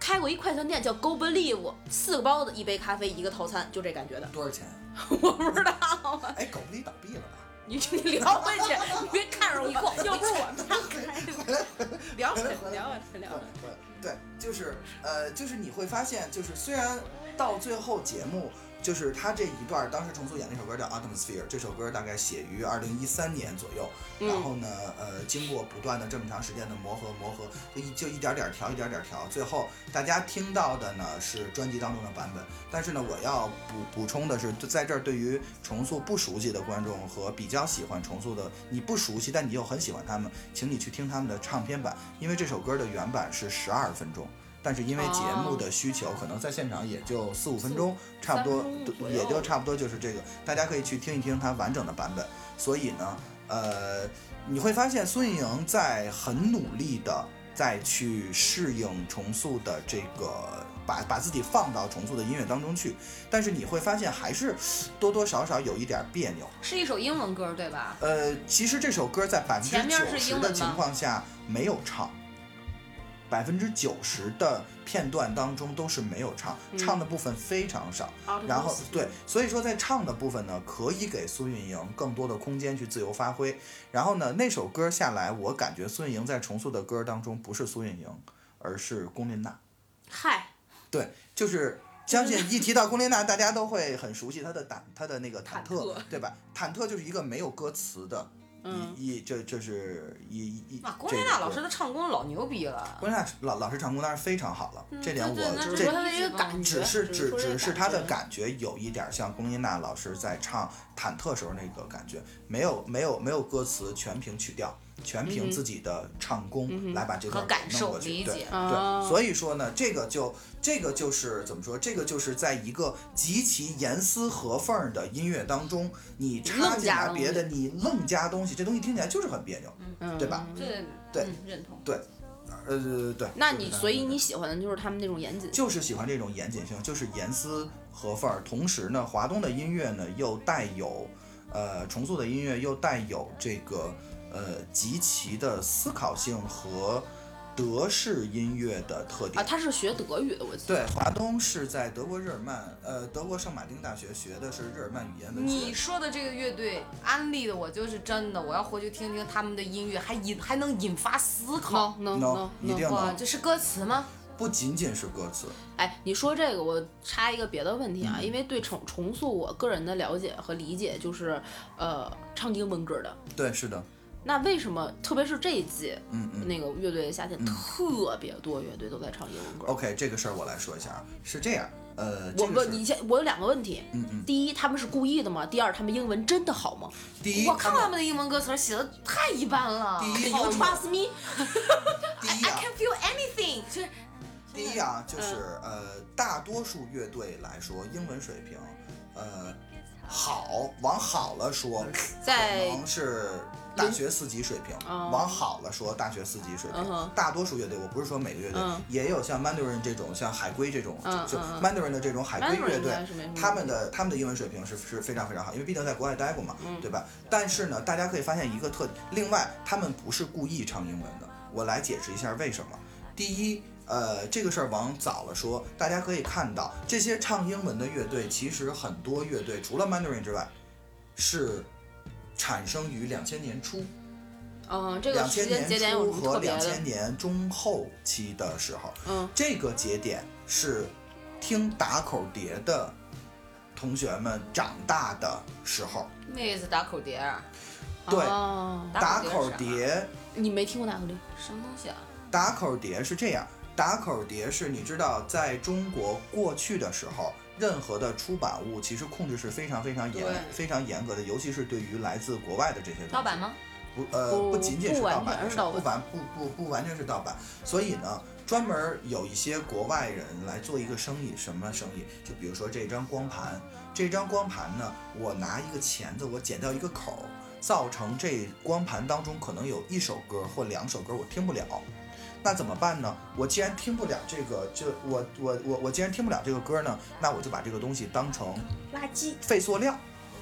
开过一快餐店叫 Go Believe，四个包子，一杯咖啡，一个套餐，就这感觉的。
多少钱？
我不知道，啊
哎，狗不理倒闭了吧？
你你聊回去，你别看着我一逛，要不是我们俩开， 聊回去，聊回去，聊回去。
嗯对，就是呃，就是你会发现，就是虽然到最后节目，就是他这一段儿，当时重塑演那首歌叫《Atmosphere》，这首歌大概写于二零一三年左右，然后呢，呃，经过不断的这么长时间的磨合磨合，就一就一点点儿调，一点点儿调，最后大家听到的呢是专辑当中的版本。但是呢，我要补补充的是，就在这儿对于重塑不熟悉的观众和比较喜欢重塑的，你不熟悉但你又很喜欢他们，请你去听他们的唱片版，因为这首歌的原版是十二分钟。但是因为节目的需求，可能在现场也就四五分钟，差不多
三分钟左右
也就差不多就是这个，大家可以去听一听它完整的版本。所以呢，呃，你会发现孙颖在很努力的在去适应重塑的这个，把把自己放到重塑的音乐当中去，但是你会发现还是多多少少有一点别扭。
是一首英文歌，对吧？
呃，其实这首歌在百分
前
之
面
九
是
十
英文
的
吗
情况下没有唱，百分之九十的片段当中都是没有唱，
嗯
唱的部分非常少。然后对，所以说在唱的部分呢，可以给苏运莹更多的空间去自由发挥。然后呢，那首歌下来，我感觉孙莹在重塑的歌当中不是苏运莹，而是龚琳娜。
嗨，
对，就是相信一提到龚琳娜，大家都会很熟悉她的忐，她的那个忐
忐
忑
忑，
对吧？忐忑就是一个没有歌词的，
嗯
一一这这是一一
哇，龚
这
琳
个
娜老
歌
师的唱功老牛逼了。
龚琳娜老老师唱功当然非常好了，这点我
对对那是这
只是他的
这
一个感觉，
只是只
说这
只
个
是他的
觉
感觉有一点像龚琳娜老师在唱《忐忑》时候那个感觉，没有没有没有歌词，全凭曲调，全凭自己的唱功来把这段
和感
给弄
受
过去
理
对
解
哦
对，所以说呢，这个就这个就是怎么说？这个就是在一个极其严丝合缝的音乐当中，你插
愣
进
加
来
东
别
西
的，你愣加东西，这东西听起来就是很别扭。
嗯
对吧？
对
对
嗯认同。
呃，对。
那
就是
你
这样
所以
对
你喜欢的就是他们那种严谨，
就是喜欢这种严谨性，就是严丝合缝儿。同时呢，华东的音乐呢又带有，呃，重塑的音乐又带有这个呃极其的思考性和德式音乐的特
啊，
点。
他是学德语的，我记得。
对，华东是在德国日耳曼，呃，德国圣马丁大学学的是日耳曼语言文学。
你说的这个乐队安利的我就是真的，我要回去听听他们的音乐，还引还能引发思考。
no
no，一定
哇，
能，
这是歌词吗？
不仅仅是歌词，
哎，你说这个，我插一个别的问题
嗯
啊，因为对重重塑我个人的了解和理解就是，呃，唱英文歌的，
对，是的，
那为什么特别是这一季
嗯嗯。
那个乐队的夏天，特别多乐队都在唱英文歌？
OK，这个事儿我来说一下啊，是这样，呃，
我
这个
问
是
你，先，我有两个问题，
嗯嗯，
第一，他们是故意的吗？第二，他们英文真的好吗？
第一，
我看
他
过
们
他们的英文歌词，写的太一般了。
第一
You trust me？
第一啊
I，can feel anything，就是
第一啊，
嗯
就是呃，大多数乐队来说，英文水平，呃，好，往好了说，可
在
能是大学四级水平，
哦
往好了说大学四级水
嗯
平
哼。
大多数乐队，我不是说每个乐队
嗯，
也有像 Mandarin 这种，像海龟这种
嗯，
就
嗯嗯
Mandarin 的这种海龟
Mandarin
乐
应
队
该是没什么，
他们的他们的英文水平是是非常非常好，因为毕竟在国外待过嘛，
嗯
对吧？但是呢，大家可以发现一个特点，另外他们不是故意唱英文的，我来解释一下为什么。第一，呃，这个事儿往早了说，大家可以看到，这些唱英文的乐队，其实很多乐队除了 Mandarin 之外，是产生于两千年初，
嗯，这个
两
时
千
间节
年
点有什么
初
特
和
别
两
的
千？年中后期的时候，
嗯，
这个节点是听打口碟的同学们长大的时候。
那是打口碟儿，
对
哦
打
口
口
碟是啊
碟，
你没听过哪个地？
什么东西啊？
打口碟是这样，打口碟是你知道，在中国过去的时候，任何的出版物其实控制是非常非常严
对、
非常严格的，尤其是对于来自国外的这些东西。
盗版吗？
不呃
不
不仅仅是
不完
盗版
全是
的事
盗
儿，不完不不不完全是盗版，所以呢，专门儿有一些国外人来做一个生意，什么生意？就比如说这张光盘，这张光盘呢，我拿一个钳子，我剪掉一个口儿，造成这光盘当中可能有一首歌或两首歌我听不了。那怎么办呢？我既然听不了这个，就我我我我既然听不了这个歌呢，那我就把这个东西当成
垃圾，
废塑料，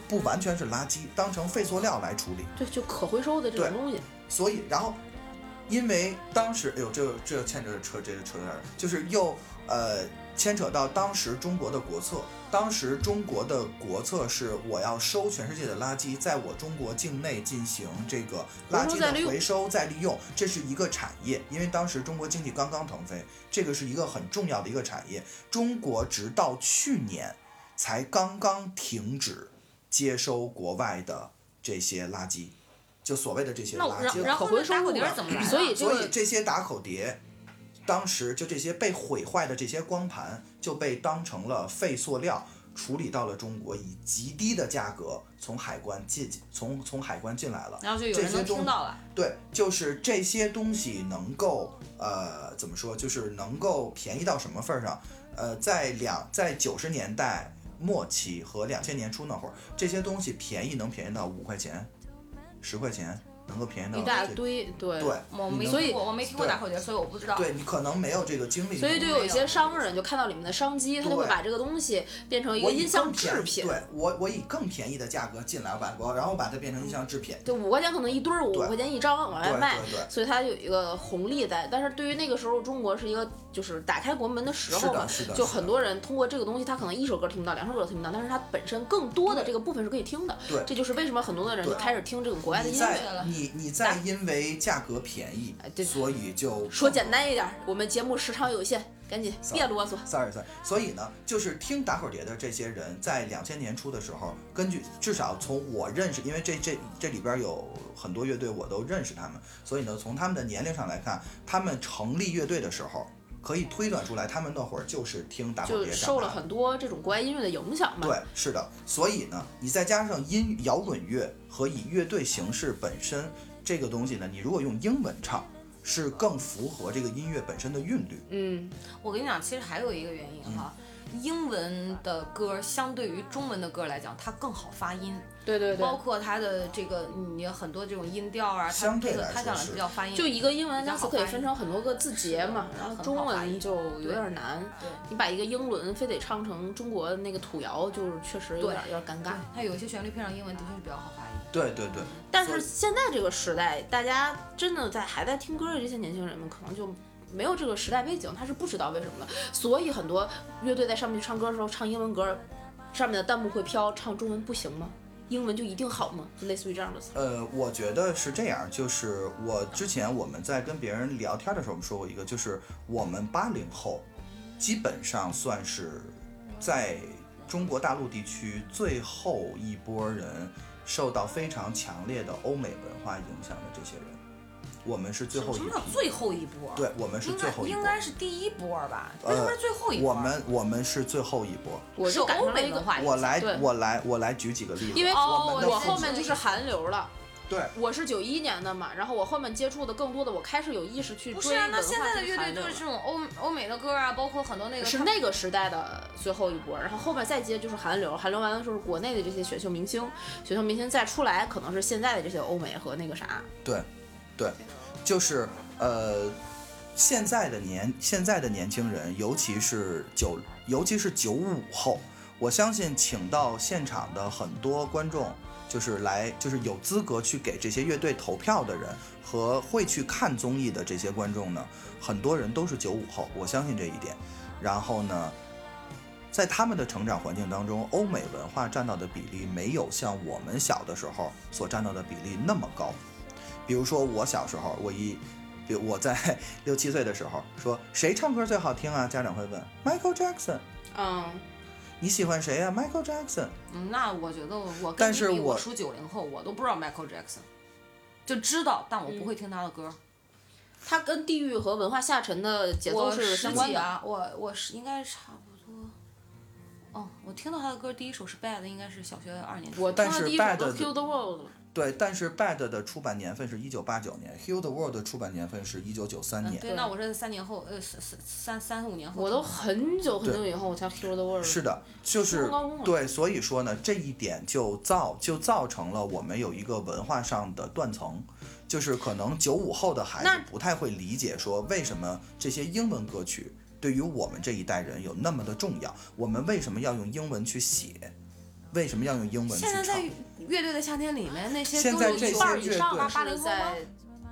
不完全是垃圾，当成废塑料来处理。
对，就可回收的这种
对
东西。
所以然后因为当时，哎呦，这这牵扯扯这个扯远了，就是又呃牵扯到当时中国的国策。当时中国的国策是我要收全世界的垃圾，在我中国境内进行这个垃圾的回收再利用，这是一个产业。因为当时中国经济刚刚腾飞，这个是一个很重要的一个产业。中国直到去年才刚刚停止接收国外的这些垃圾，就所谓的这些
那
垃
我
圾。
然后
可回收
那打
物
口碟
了
儿怎么来的？
所以这
所
个
以这些打口碟，当时就这些被毁坏的这些光盘就被当成了废塑料处理到了中国，以极低的价格从海关进从从海关进来了。
然后就有人能听到了。
对，就是这些东西能够呃怎么说，就是能够便宜到什么份儿上？呃，在两在九十年代末期和两千年初那会儿，这些东西便宜能便宜到五块钱、十块钱，能够便宜到
一大
这
堆，对
嗯对，
我
你
没
能
所以
听过，我没听过
对
打口碟，所以我不知道。
对你可能啊没有这个经历，
所以就有一些
有
商人就看到里面的商机，他就会
对
把这个东西变成一个
我以
音像
更便
制
宜
品。
对我我以更便宜的价格进来外国，然后把它变成音像制品。
就五块钱可能一堆儿，五
对
块钱一张嗯往外
对
卖
对，对
所以它有一个红利在。但是对于那个时候中国是一个就是打开国门的时
是
候
的
嘛
是的，
就是很
的
多人通过这个东西，他可能一首歌听不到，两首歌听不到，但是它本身更多的这个部分是可以听的。
对
这就是为什么很多的人就
对啊
开始听这个国外的
你
音乐。
再你你再因为价格便宜
哎，对
所以就
说简单一点儿，我们节目时长有限，赶紧别啰嗦。
，sorry sorry。所以呢，就是听打口碟的这些人，在两千年初的时候，根据至少从我认识，因为这这这里边有很多乐队我都认识他们，所以呢，从他们的年龄上来看，他们成立乐队的时候，可以推断出来，他们那会儿就是听打口
就
碟长
受
大
了
的
很多这种国外音乐的影响嘛。
对，是的。所以呢，你再加上音摇滚乐和以乐队形式本身这个东西呢，你如果用英文唱，是更符合这个音乐本身的韵律。
嗯，
我跟你讲，其实还有一个原因哈，
嗯
英文的歌相对于中文的歌来讲，它更好发音，
对对对
包。括它的这这个你很多这种音调啊，它
相对
这个
来
它
说
讲的
是
比较发音。
就一个英文
比较
单词
好
可以
发
分
音
成很多个字节嘛，
是
然后
很
中
好发
文
音
就有
对
点难。
对
你把一个英伦非得唱成中国那个土谣，就是确实有
对
点有点尴尬。
它有一些旋律配上英文的确是比较好发音。
对对对，
但是现在这个时代，大家真的在还在听歌的这些年轻人们，可能就没有这个时代背景，他是不知道为什么的。所以很多乐队在上面去唱歌的时候，唱英文歌，上面的弹幕会飘，唱中文不行吗？英文就一定好吗？就类似于这样的词。
呃，我觉得是这样，就是我之前我们在跟别人聊天的时候，我们说过一个，就是我们八零后基本上算是在中国大陆地区最后一波人受到非常强烈的欧美文化影响的这些人，我们是最后一
什
批
么。叫最后一波？
对，我们是
应
最
该
后一
应
波。
该是第一波吧？
呃
为什么是最后一波？啊
我们我们是最后一波。
我
是
就赶
欧
上了
美
一个
文化影响。
我来
对
我来我来举几个例子，
因为
哦
我们
我
的
我
理解
父
后
亲
面就是韩流了，
对，
我是九一年的嘛，然后我后面接触的更多的，我开始有意识去
不
追
是啊，
文
那
化
现在的
跟
乐队
韩流
就是
了
这种欧欧美的歌啊，包括很多那个
是
他们
那个时代的最后一波，然后后面再接就是韩流，韩流完了就是国内的这些选秀明星，选秀明星再出来可能是现在的这些欧美和那个啥，
对，对，就是呃，现在的年现在的年轻人，尤其是九，尤其是九五后，我相信请到现场的很多观众，就是来就是有资格去给这些乐队投票的人和会去看综艺的这些观众呢，很多人都是九五后，我相信这一点。然后呢？在他们的成长环境当中，欧美文化占到的比例没有像我们小的时候所占到的比例那么高。比如说我小时候，我一，比如我在 六七岁的时候，说谁唱歌最好听啊？家长会问 Michael Jackson，
嗯，
你喜欢谁呀、m i c h a e l Jackson，
嗯，那我觉得我跟
但
你
是
比，我
我
属九零后，我都不知道 Michael Jackson，就知道，但
嗯
我不会听他的歌。
它跟地域和文化下沉的节奏
我十
是相
几
关的。
啊，我我是应该差不多。哦，我听到他的歌第一首是 Bad，应该是小学二年级。
我
但
听了
是
第一首
Bad
都
的
Kill the World 了，
对，但是 Bad 的出版年份是一九八九年，Heal the World 的出版年份是一九九三年。
嗯对，那我是三年后，呃，三三三三五年后听的。
我都很久很久以后我才 Kill the World。
是的，就是
初中高中了
对，所以说呢，这一点就造就造成了我们有一个文化上的断层，就是可能九五后的孩子
那
不太会理解说为什么这些英文歌曲对于我们这一代人有那么的重要，我们为什么要用英文去写，为什么要用英文去
现在在
唱？
乐乐队的夏天里面，那些
现
都
在
有
这
一
些
半儿
乐
以上吧，
队
八零
是
后吗
在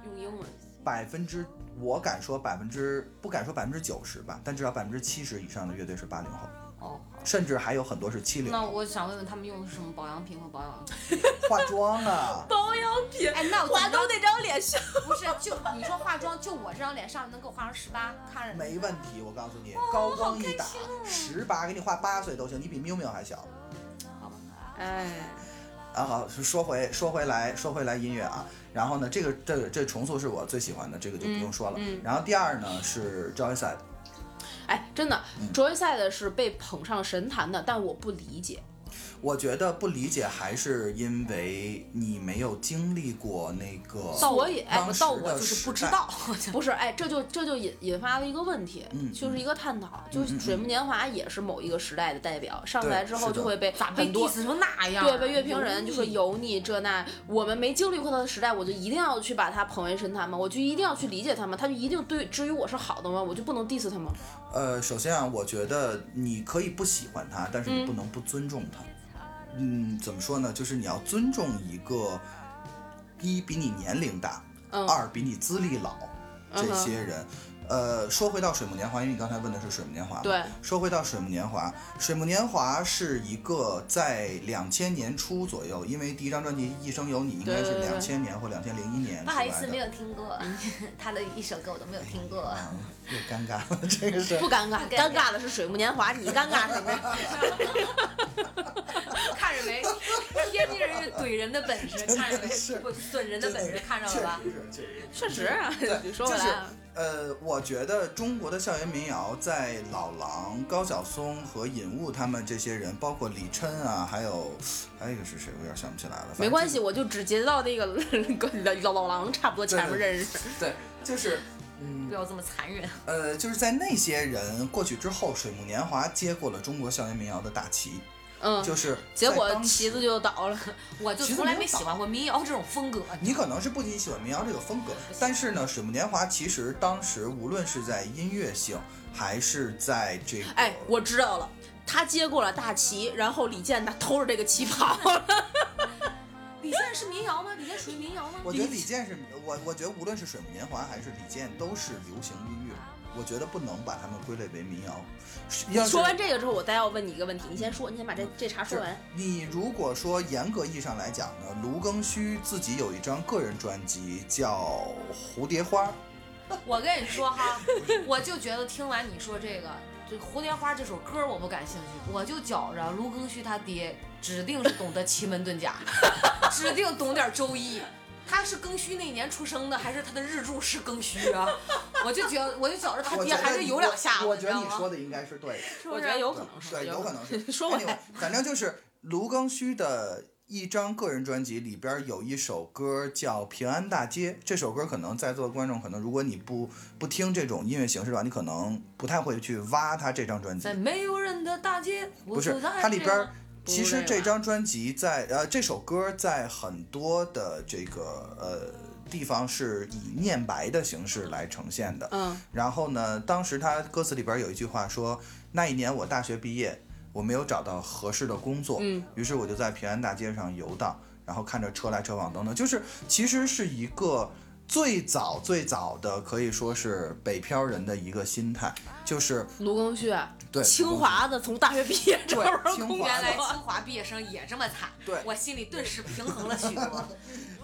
用英文。。
百分之我敢说百分之不敢说百分之九十吧，但至少百分之七十以上的乐队是八零后，
哦，好
甚至还有很多是七零
那
后，
我想问问他们用的是什么保养品和保养？
化妆啊
保养品，
哎，那
华东那张脸像。
不是就你说化妆，就我这张脸上面能给我画成十 八，看着
没问题，我告诉你，高光一打，
啊
十八给你画八岁都行，你比缪缪还小。
好 吧？
哎，
啊，好，说回说回来，说回来音乐啊，然后呢，这个这个这重塑是我最喜欢的，这个就不用说了。
嗯嗯
然后第二呢是 Joyside，
哎，真的
嗯
，Joyside 是被捧上神坛的，但我不理解。
我觉得不理解还是因为你没有经历过那个
到我也哎
当时
到我
的
就是不
时
知
代
道，
不是，哎，这就这就引引发了一个问题，
嗯
就是一个探讨，就是
嗯
水木年华也是某一个时代的代表，上
对
来之后
是的
就会被
咋被
很多
diss 成那样？
对
嗯
被乐评人就说
油腻
油腻这那，我们没经历过他的时代，我就一定要去把他捧为神坛吗？我就一定要去理解他们，他就一定对至于我是好的吗？我就不能 diss 他吗？
呃，首先啊，我觉得你可以不喜欢他，但是
嗯
你不能不尊重他。嗯怎么说呢？就是你要尊重一个一比你年龄大，
嗯
二比你资历老
嗯
这
哼
些人。呃，说回到《水木年华》，因为你刚才问的是《水木年华》嘛。
对。
说回到《水木年华》，《水木年华》是一个在两千年初左右，因为第一张专辑《一生有你》应该是
对对对
两千年或两千零一年
不
出
好
来
意思，没
的。
有听过他的一首歌，我都没有听过。
嗯又尴尬了，这 个是
不尴尬，
不尴尬
尴尬的是水木年华，你尴尬什么呀？
看着没？ 天津人是怼人的本事，看着没？
是
不损人的本事，看着
确
了吧？
实是，确实 是。
确实啊，
对
你说回来啊，
呃，我觉得中国的校园民谣在老狼、高晓松和尹悟他们这些人，包括李琛啊，还有还有一个是谁，我有点想不起来了。反正
没关系，我就只截到那个老老狼差不多前面
对
认识。
就是，对，就是，
不
嗯，
要这么残忍。
呃，就是在那些人过去之后，水木年华接过了中国校园民谣的大旗，
嗯，
就是
结
在
果
当时
旗子就倒了。
我就从来没喜欢过民
哦
谣这种风格。
你可能是不仅喜欢民谣这个风格，但是呢，水木年华其实当时无论是在音乐性，还是在这个，
哎，我知道了，他接过了大旗，然后李健他偷着这个旗 跑了。
李健是民谣吗？李健属于民谣吗？
我觉得李健是我，我觉得无论是水木年华还是李健，都是流行音乐。我觉得不能把他们归类为民谣。要是嗯
说完这个之后，我再要问你一个问题，你先说，你先把这这茬说
是
完。
你如果说严格意义上来讲呢，卢庚戌自己有一张个人专辑叫《蝴蝶花》，
我跟你说哈，我就觉得听完你说这个，这《蝴蝶花》这首歌我不感兴趣，我就觉着卢庚戌他爹指定是懂得奇门遁甲， 指定懂点周易。他是庚戌那年出生的，还是他的日柱是庚戌啊？我就觉我就觉着他
我
爹
觉得
啊还是有两下子，
我觉得
知道
你
吗
说的应该是对的。
我觉得有可能是，
对，有可能是。
说回
anyway，反正就是卢庚戌的一张个人专辑里边儿有一首歌叫《平安大街》，这首歌可能在座的观众可能，如果你不不听这种音乐形式的话，你可能不太会去挖它这张专辑
在。没有人的大街，
不
不
是，它里边儿其
不
实
累
这
吧
张专辑在呃这首歌在很多的这个呃地方是以念白的形式来呈现的。
嗯，
然后呢，当时他歌词里边有一句话说：“那一年我大学毕业，我没有找到合适的工作，
嗯
于是我就在平安大街上游荡，然后看着车来车往等等，就是其实是一个。”最早最早的可以说是北漂人的一个心态，就是
卢庚戌，啊
对
清华的从大学毕业这玩意
对
儿
清
公
华
园
的
原来
来
清华毕业生也这么惨，
对
我心里顿时平衡了许多。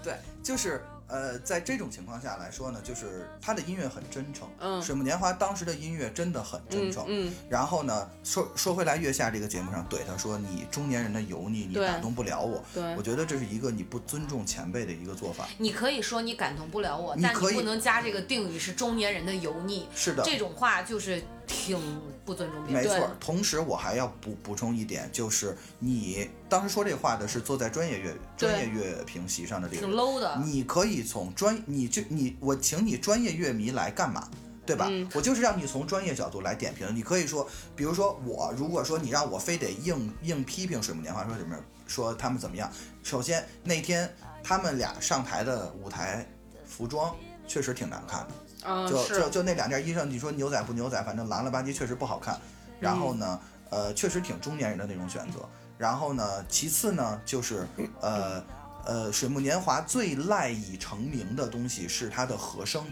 对，就是呃，在这种情况下来说呢，就是他的音乐很真诚。
嗯
水木年华当时的音乐真的很真诚。
嗯
然后呢，说说回来，月下这个节目上怼他说：“你中年人的油腻，你
对
打动不了我。”
对
我觉得这是一个你不尊重前辈的一个做法。
你可以说你感动不了我，
你
但
可以
你不能加这个定语是中年人的油腻，
是的，
这种话就是挺不尊重别
没
人。
错
对。
同时，我还要补补充一点，就是你当时说这话的是坐在专业乐专业乐评席上的这个
挺 low 的，
你可以从专你这你我请你专业乐迷来干嘛？对吧？
嗯
我就是让你从专业角度来点评。你可以说，比如说我，如果说你让我非得硬硬批评水木年华说什么，说他们怎么样？首先那天他们俩上台的舞台服装确实挺难看的。
嗯
就是就就那两件衣裳，你说牛仔不牛仔，反正蓝了吧唧，确实不好看。然后呢，呃，确实挺中年人的那种选择。然后呢，其次呢，就是呃呃，水木年华最赖以成名的东西是它的和声。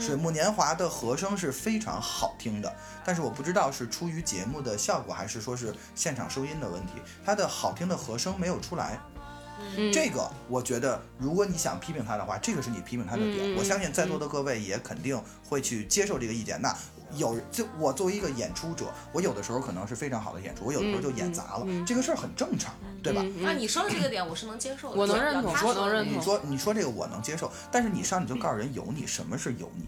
水木年华的和声是非常好听的，但是我不知道是出于节目的效果，还是说是现场收音的问题，它的好听的和声没有出来。
嗯
这个我觉得，如果你想批评他的话，这个是你批评他的点。
嗯嗯
我相信在座的各位也肯定会去接受这个意见。那有就我作为一个演出者，我有的时候可能是非常好的演出，我有的时候就演砸了，这个事儿很正常，对吧？
嗯
那你说的这个点我是能接受的，
我能
对
认同
要他说
我能认
你
同
说你说这个我能接受，但是你上来就告诉人油腻，什么是油腻，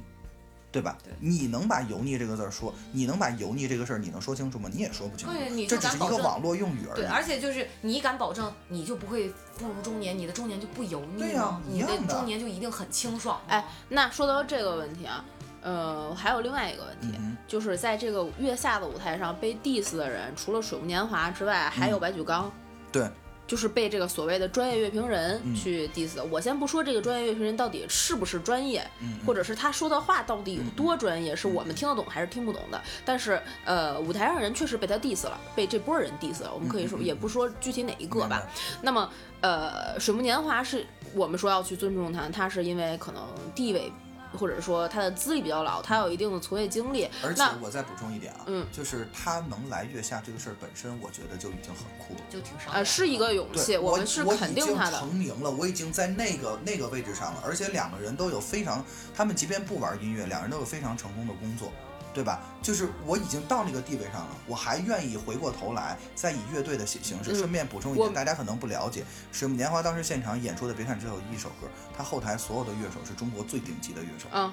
对吧？你能把油腻这个字儿说，你能把油腻这个事儿你能说清楚吗？你也说不清
对
楚，
你
这
就
只是一
敢
个
保证
网络用语而
对，
已。
而且就是你敢保证你就不会步入中年，你的中年就不油腻
对
吗？
呀一
你的
样的
中年就一定很清爽吗。
哎，那说到这个问题啊，呃，还有另外一个问题，
嗯
就是在这个月下的舞台上被 diss 的人，除了水木年华之外，还有白举纲。
嗯对。
就是被这个所谓的专业乐评人
嗯
去 diss 的。我先不说这个专业乐评人到底是不是专业，
嗯嗯
或者是他说的话到底有多专业，是我们听得懂还是听不懂的。但是，呃，舞台上人确实被他 diss 了，被这波人 diss 了。我们可以说，
嗯嗯嗯
也不说具体哪一个
明
吧
白。
那么，呃，水木年华是我们说要去尊重他，他是因为可能地位，或者说他的资历比较老，他有一定的从业经历。
而且
那
我再补充一点啊，
嗯
就是他能来月下这个事儿本身，我觉得就已经很酷了。
就挺伤
呃，
人
是一个勇气，
对，我
们是
我
肯
已
定
经
他的。
成名了，我已经在那个那个位置上了，而且两个人都有非常，他们即便不玩音乐，两人都有非常成功的工作，对吧？就是我已经到那个地位上了，我还愿意回过头来再以乐队的形形式。顺便补充一
嗯我
点，大家可能不了解，《水木年华》当时现场演出的，别看只有一首歌，他后台所有的乐手是中国最顶级的乐手。
嗯，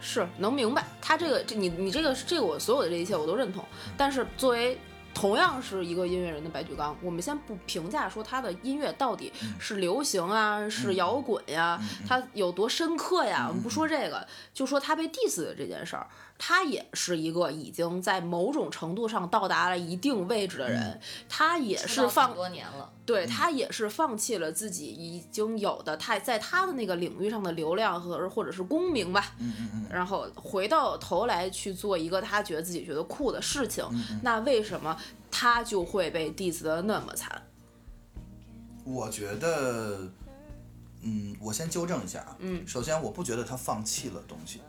是能明白他这个，这你你这个这个我所有的这一切我都认同，但是作为。同样是一个音乐人的白举纲，我们先不评价说他的音乐到底
嗯
是流行啊，是摇滚呀、他有多深刻呀，我们不说这个，就说他被 diss 的这件事儿，他也是一个已经在某种程度上到达了一定位置的人，他也
出道
是
很
放
多年了，
对他也是放弃了自己已经有的他在他的那个领域上的流量和或者是功名吧，
嗯嗯嗯，
然后回到头来去做一个他觉得自己觉得酷的事情，那为什么他就会被 diss 的那么惨？
我觉得，嗯，我先纠正一下啊，嗯，首先我不觉得他放弃了东西，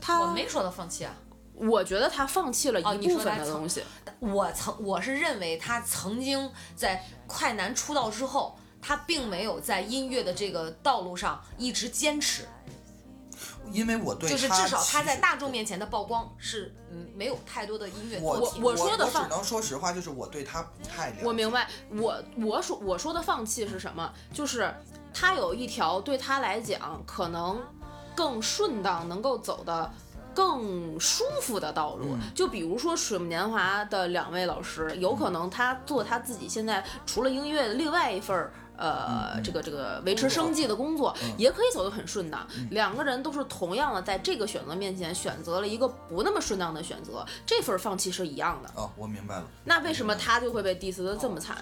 他
我没说他放弃啊，
我觉得他放弃了
哦
一
你说
部分
他
的
曾
东西，
我曾我是认为他曾经在快男出道之后，他并没有在音乐的这个道路上一直坚持，
因为我对
就是
他
至少他
其
在
实
大众面前的曝光是嗯没有太多的音乐
我
作品。
我说的
我只
放
能说实话，就是我对他不太了解。
我明白，我我说我说的放弃是什么？就是他有一条对他来讲可能更顺当，能够走的更舒服的道路。就比如说水木年华的两位老师，有可能他做他自己现在除了音乐的另外一份儿。呃这个这个维持生计的工作，也可以走得很顺当。两个人都是同样的，在这个选择面前选择了一个不那么顺当的选择，这份放弃是一样的。
哦，我明白了。
那为什么他就会被 diss 的这么惨？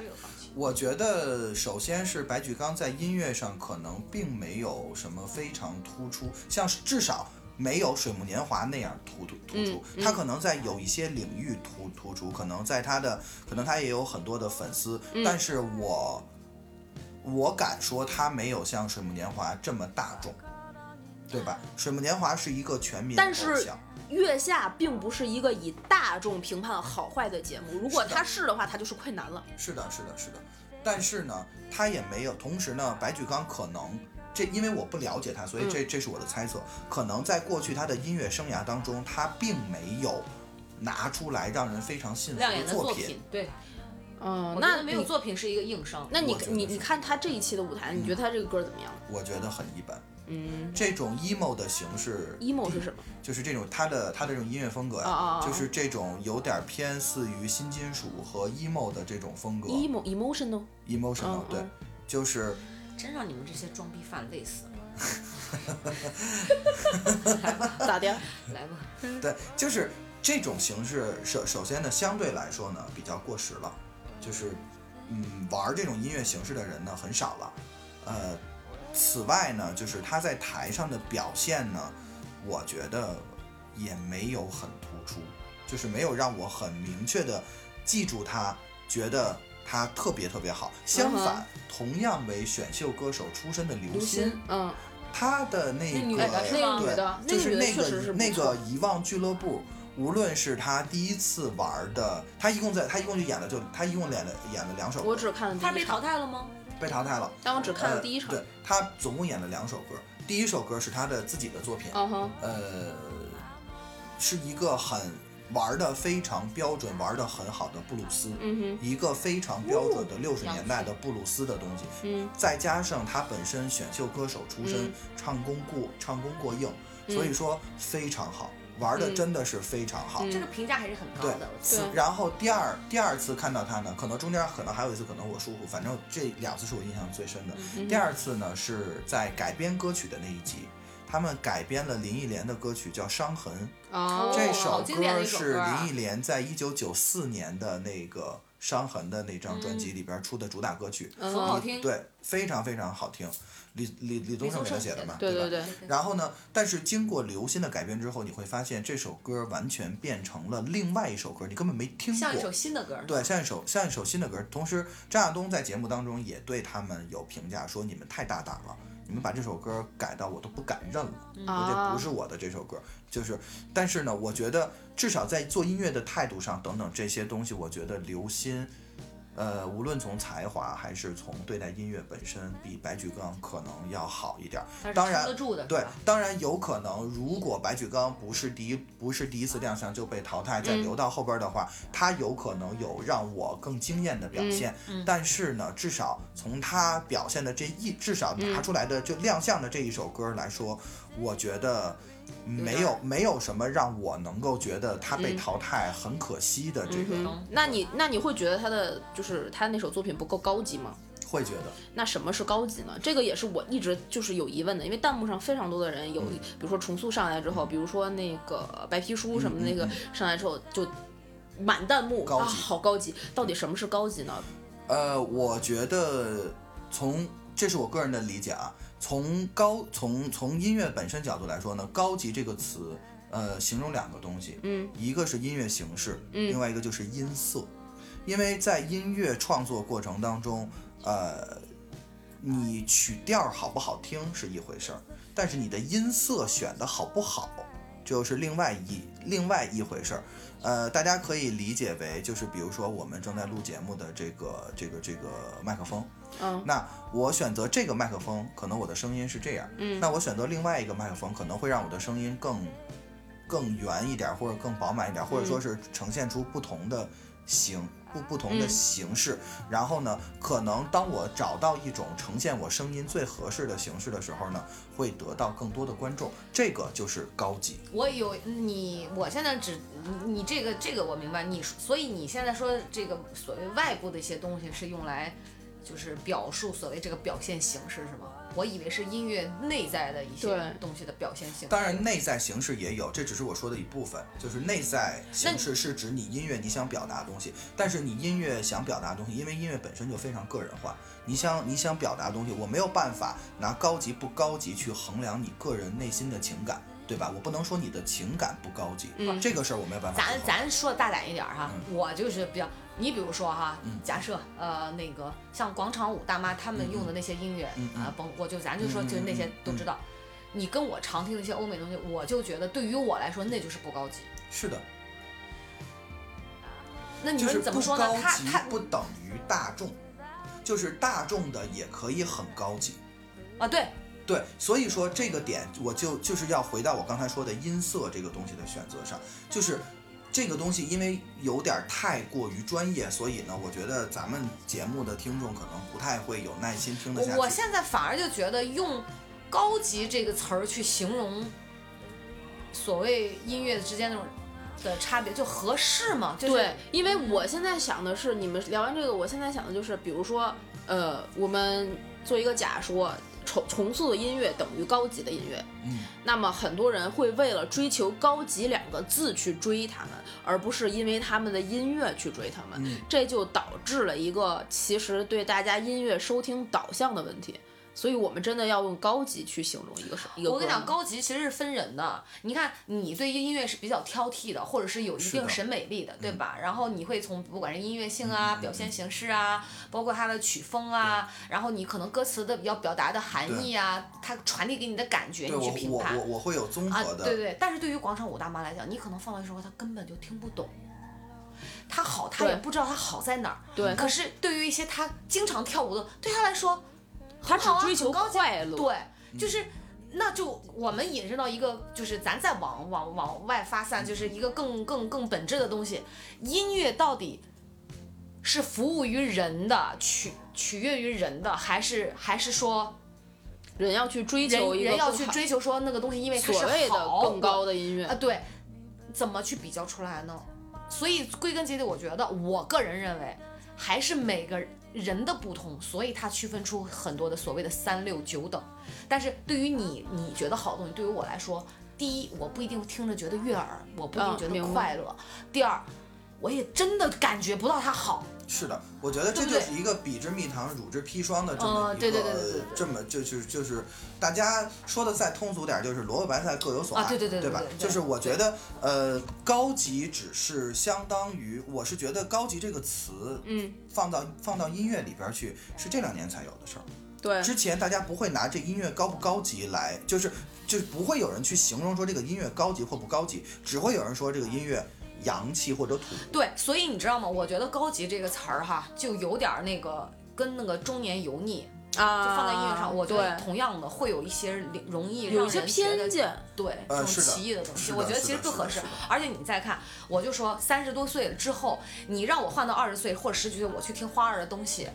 我觉得首先是白举纲在音乐上可能并没有什么非常突出，像是至少没有《水木年华》那样突突突出。
嗯
他可能在有一些领域突突出，可能在他的可能他也有很多的粉丝，
嗯
但是我我敢说他没有像《水木年华》这么大众，对吧？《水木年华》是一个全民
但
偶
是
像。
月下并不是一个以大众评判好坏的节目，如果
是的
他是的话，他就是快男了。
是的，是的，是的。但是呢，他也没有。同时呢，白举纲可能这，因为我不了解他，所以这
嗯
这是我的猜测。可能在过去他的音乐生涯当中，他并没有拿出来让人非常信服
亮眼的
作
作
品。，
对，
嗯
我觉
那
得没有
你。
作品是一个硬伤。
那你
我觉得
你
是
你看他这一期的舞台，你觉得他这个歌怎么样？
我觉得很一般。
嗯
这种 emo 的形式
，emo 是什么？
就是这种他的他的这种音乐风格呀、
啊啊啊啊
就是这种有点偏似于新金属和 emo 的这种风格
emo emotional，
emotional，、
嗯
对，就是
真让你们这些装逼犯累死了。
咋的？
来吧，
对，就是这种形式首首先呢，相对来说呢比较过时了，就是嗯玩这种音乐形式的人呢很少了，呃，此外呢，就是他在台上的表现呢，我觉得也没有很突出，就是没有让我很明确的记住他，觉得。他特别特别好，相
嗯哼
反，同样为选秀歌手出身的刘欣，，
嗯，
她的那个
那女的是
对
吗
哎那个女的
就
那个
是那
女的确实
个
是不
那
错
个遗忘俱乐部，无论是她第一次玩的，她一共在她一共就演了就她一共演了演了两首歌，
我只看了第一
他被
场
淘汰了吗？
被淘汰了，
但我只看了
呃
第一场。
对，她总共演了两首歌，第一首歌是她的自己的作品，
嗯哼，
呃，是一个很玩的非常标准、玩的很好的布鲁斯，
嗯
一个非常标准的六十年代的布鲁斯的东西，
哼，嗯
再加上他本身选秀歌手出身，
嗯
唱功过唱功过硬，
嗯
所以说非常好，玩的
嗯
真的是非常好。
嗯
这个评价还是很高
对
的，我，觉
此
得
对
然后第二第二次看到他呢，可能中间可能还有一次可能我疏忽，反正这两次是我印象最深的。
嗯
第二次呢是在改编歌曲的那一集，他们改编了林忆莲的歌曲叫《伤痕》，
哦，
这
好
首
经典的
歌
一首歌
是
啊
林忆莲在一九九四年的那个《伤痕》的那张专辑里边出的主打歌曲。
嗯
很好听。
对，非常非常好听，李李李宗盛给他写的嘛，
对
吧？
对对，
然后呢，但是经过刘欣的改编之后，你会发现这首歌完全变成了另外一首歌，你根本没听
像一首
过。
新的歌。
对，像一首像一首新的歌。同时，张亚东在节目当中也对他们有评价，说你们太大胆了，你们把这首歌改到我都不敢认了，我这
啊
不是我的这首歌。就是，但是呢，我觉得至少在做音乐的态度上等等这些东西，我觉得刘欣呃，无论从才华还是从对待音乐本身，比白举纲可能要好一点儿。
它是
当然
撑得住的，是
对
吧，
当然有可能，如果白举纲不是第一不是第一次亮相就被淘汰，再
嗯
留到后边的话，他有可能有让我更惊艳的表
嗯
现。但是呢，至少从他表现的这一，至少
嗯
拿出来的就亮相的这一首歌来说，我觉得。没有，没有什么让我能够觉得他被
嗯
淘汰很可惜的这
嗯
个，
哼，那你那你会觉得他的就是他那首作品不够高级吗？
会觉得
那什么是高级呢？这个也是我一直就是有疑问的，因为弹幕上非常多的人有，
嗯
比如说重塑上来之后，比如说那个白皮书什么的
嗯嗯
那个
嗯
上来之后就满弹幕
高
啊，
级
好高级！到底什么是高级呢？
呃，我觉得从这是我个人的理解啊，从高从从音乐本身角度来说呢，高级这个词，呃，形容两个东西，
嗯，
一个是音乐形式，
嗯
另外一个就是音色，因为在音乐创作过程当中，呃，你曲调好不好听是一回事儿，但是你的音色选的好不好，就是另外一另外一回事儿。呃，大家可以理解为就是比如说我们正在录节目的这个这个这个麦克风，
嗯，
那我选择这个麦克风，可能我的声音是这样，
嗯
那我选择另外一个麦克风，可能会让我的声音更更圆一点，或者更饱满一
嗯
点，或者说是呈现出不同的形不不同的
嗯
形式。然后呢，可能当我找到一种呈现我声音最合适的形式的时候呢，会得到更多的观众，这个就是高级。
我有你，我现在只你你这个这个我明白，你所以你现在说这个所谓外部的一些东西是用来就是表述所谓这个表现形式是吗？我以为是音乐内在的一些
对
东西的表现形式。
当然，内在形式也有，这只是我说的一部分。就是内在形式是指你音乐你想表达的东西，但是你音乐想表达的东西，因为音乐本身就非常个人化，你想你想表达的东西，我没有办法拿高级不高级去衡量你个人内心的情感，对吧？我不能说你的情感不高级，
嗯
这个事儿我没有办法去
咱
衡量。
咱说的大胆一点儿哈，我就是比较，你比如说哈，
嗯
假设呃那个像广场舞大妈他们用的那些音乐
嗯嗯
啊，甭我就咱就说
嗯嗯
就那些
嗯
都知道，你跟我常听的一些欧美东西，我就觉得对于我来说那就是不高级。
是的，
那你
就是
们怎么
不
说呢
高？
他
级
他
不等于大众，就是大众的也可以很高级。
啊对，
对，所以说这个点，我就就是要回到我刚才说的音色这个东西的选择上，就是这个东西因为有点太过于专业，所以呢，我觉得咱们节目的听众可能不太会有耐心听得下
我
去。
我现在反而就觉得用“高级”这个词儿去形容所谓音乐之间那种的差别，就合适吗？就是、
对，因为我现在想的是，你们聊完这个，我现在想的就是，比如说，呃，我们做一个假说，重重塑的音乐等于高级的音乐，
嗯，
那么很多人会为了追求“高级”两个字去追他们，而不是因为他们的音乐去追他们，
嗯
这就导致了一个其实对大家音乐收听导向的问题。所以我们真的要用高级去形容一个什一个。
我跟你讲，，高级其实是分人的。你看，你对音乐是比较挑剔的，或者是有一
是
定
的嗯
审美力的，对吧？然后你会从不管是音乐性啊、表现形式啊，包括它的曲风啊，然后你可能歌词的要表达的含义啊，它传递给你的感觉，
对
你
我
去评
我
判
我我会有综
啊
合，的，
对对。但是对于广场舞大妈来讲，你可能放到一首歌，她根本就听不懂。她好，她
对
也不知道她好在哪儿。
对
可是对于一些她经常跳舞的，对她来说，
他只
很好啊
追求
很高级
快乐。
对，就是。那就我们引申到一个，就是咱再往往往外发散，就是一个更更更本质的东西。音乐到底是服务于人的，取取悦于人的，还是还是说
人要去追
人
求一个
人要
更
去
好
追求说那个东西，因为它
所谓
是
的
好
更高的音乐
啊，。对，怎么去比较出来呢？所以归根结底，我觉得我个人认为，还是每个人的不同，所以它区分出很多的所谓的三六九等。但是对于你你觉得好的东西，对于我来说，第一，我不一定听着觉得悦耳，我不一定
嗯
觉
明
得
白
快乐；第二，我也真的感觉不到它好。
是的，我觉得这
对不
就
对
是一个彼之蜜糖，乳之砒霜的这么
嗯
一
对对
个
对对对对
这么就就是就是大家说的再通俗点儿，就是萝卜白菜各有所爱，
啊对对对对
吧
对？对
就是我觉得呃，高级只是相当于，我是觉得高级这个词
嗯，
放到放到音乐里边儿去，是这两年才有的事儿。
对，
之前大家不会拿这音乐高不高级来，就是就是不会有人去形容说这个音乐高级或不高级，只会有人说这个音乐洋气或者土。
对，所以你知道吗？我觉得“高级”这个词儿哈，就有点儿那个跟那个中年油腻
啊，
就放在音乐上，我觉得
对
同样的会有一些容易
有
让
一些
人觉得
偏见，
对这
呃
种
是的
奇异的东
是
西，
的
我觉得
是
其实
的
不
是
合
的
适
是的。
而且你再看，我就说三十多岁了之后，你让我换到二十岁或者十几岁，我去听花儿的东西，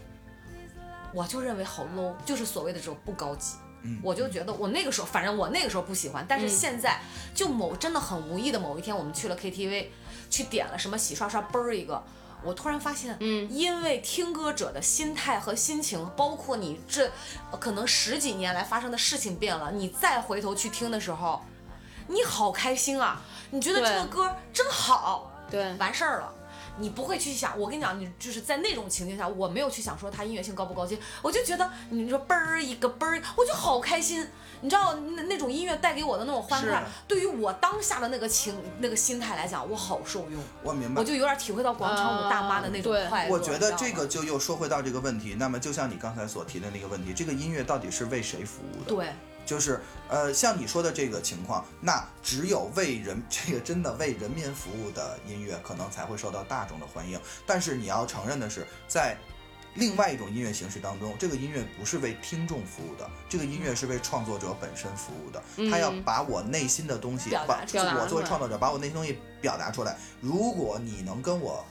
我就认为好 low，就是所谓的这种不高级。
嗯
我就觉得我那个时候，反正我那个时候不喜欢，但是
嗯
现在就某真的很无意的某一天，我们去了 KTV，去点了什么洗刷刷，嘣儿一个。我突然发现，
嗯，
因为听歌者的心态和心情，包括你这呃可能十几年来发生的事情变了，你再回头去听的时候，你好开心啊！你觉得
对
这个歌真好，
对，
完事儿了。你不会去想，我跟你讲，你就是在那种情境下，我没有去想说它音乐性高不高级，我就觉得你说嘣儿一个嘣儿，我就好开心。你知道那那种音乐带给我的那种欢快
是，
对于我当下的那个情那个心态来讲，我好受用，
我明白
我。就有点体会到广场舞大妈的那种
啊对
快乐。
我觉得
你知道
这
吗
个就又说回到这个问题，那么就像你刚才所提的那个问题，这个音乐到底是为谁服务的？
对
就是呃，像你说的这个情况，那只有为人 这个真的为人民服务的音乐，可能才会受到大众的欢迎。但是你要承认的是，在另外一种音乐形式当中，这个音乐不是为听众服务的，这个音乐是为创作者本身服务的。他要
嗯
把我内心的东西，
表达
把
出
来
我作为创作者，把我内心东西表达出来。如果你能跟我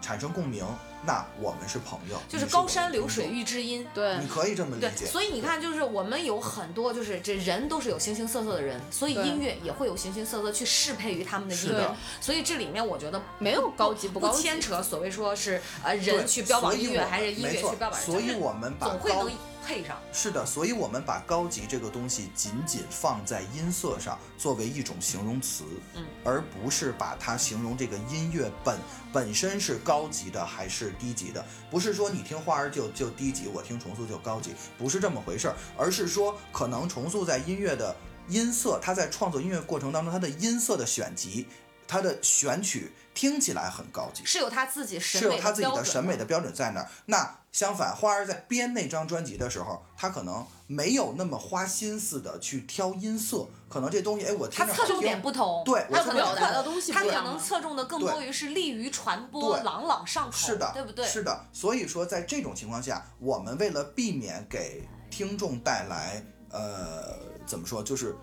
产生共鸣，那我们是朋友，
就是
你
高
我的
山流
朋
水
友，
遇知音。
对
你，可以这么理
对，
解。
所以你看，就是我们有很多，就是这人都是有形形色色的人，所以
对
音乐也会有形形色色去适配于他们的音
是
乐
的。
所以这里面我觉得
没有高级不
不
高级，
牵扯所谓说是呃
对
人去标榜
所以
音乐
我们
还是音乐
没错
去标榜人，
所
就
以
是
我们把
总会
高
能配上。
是的，所以我们把高级这个东西仅仅放在音色上作为一种形容词，
嗯，
而不是把它形容这个音乐本本身是高级的还是低级的，不是说你听花儿就就低级，我听重塑就高级，不是这么回事儿，而是说可能重塑在音乐的音色，它在创作音乐过程当中，它的音色的选集，它的选曲听起来很高级，
是有他自己审
是有
美
他自己
标
的
准
审美的标准在那儿。那相反，花儿在编那张专辑的时候，他可能没有那么花心思的去挑音色，可能这东西，哎，我听
他
着
侧
好
重点
听。
不同，
对我
他
侧
可
重
能
点不同
他
不一
可
样
能
嘛
侧重的更多
对
于是利于传播，
对
朗朗上口，
是的，
对不对？
是的，所以说在这种情况下，我们为了避免给听众带来呃怎么说，就是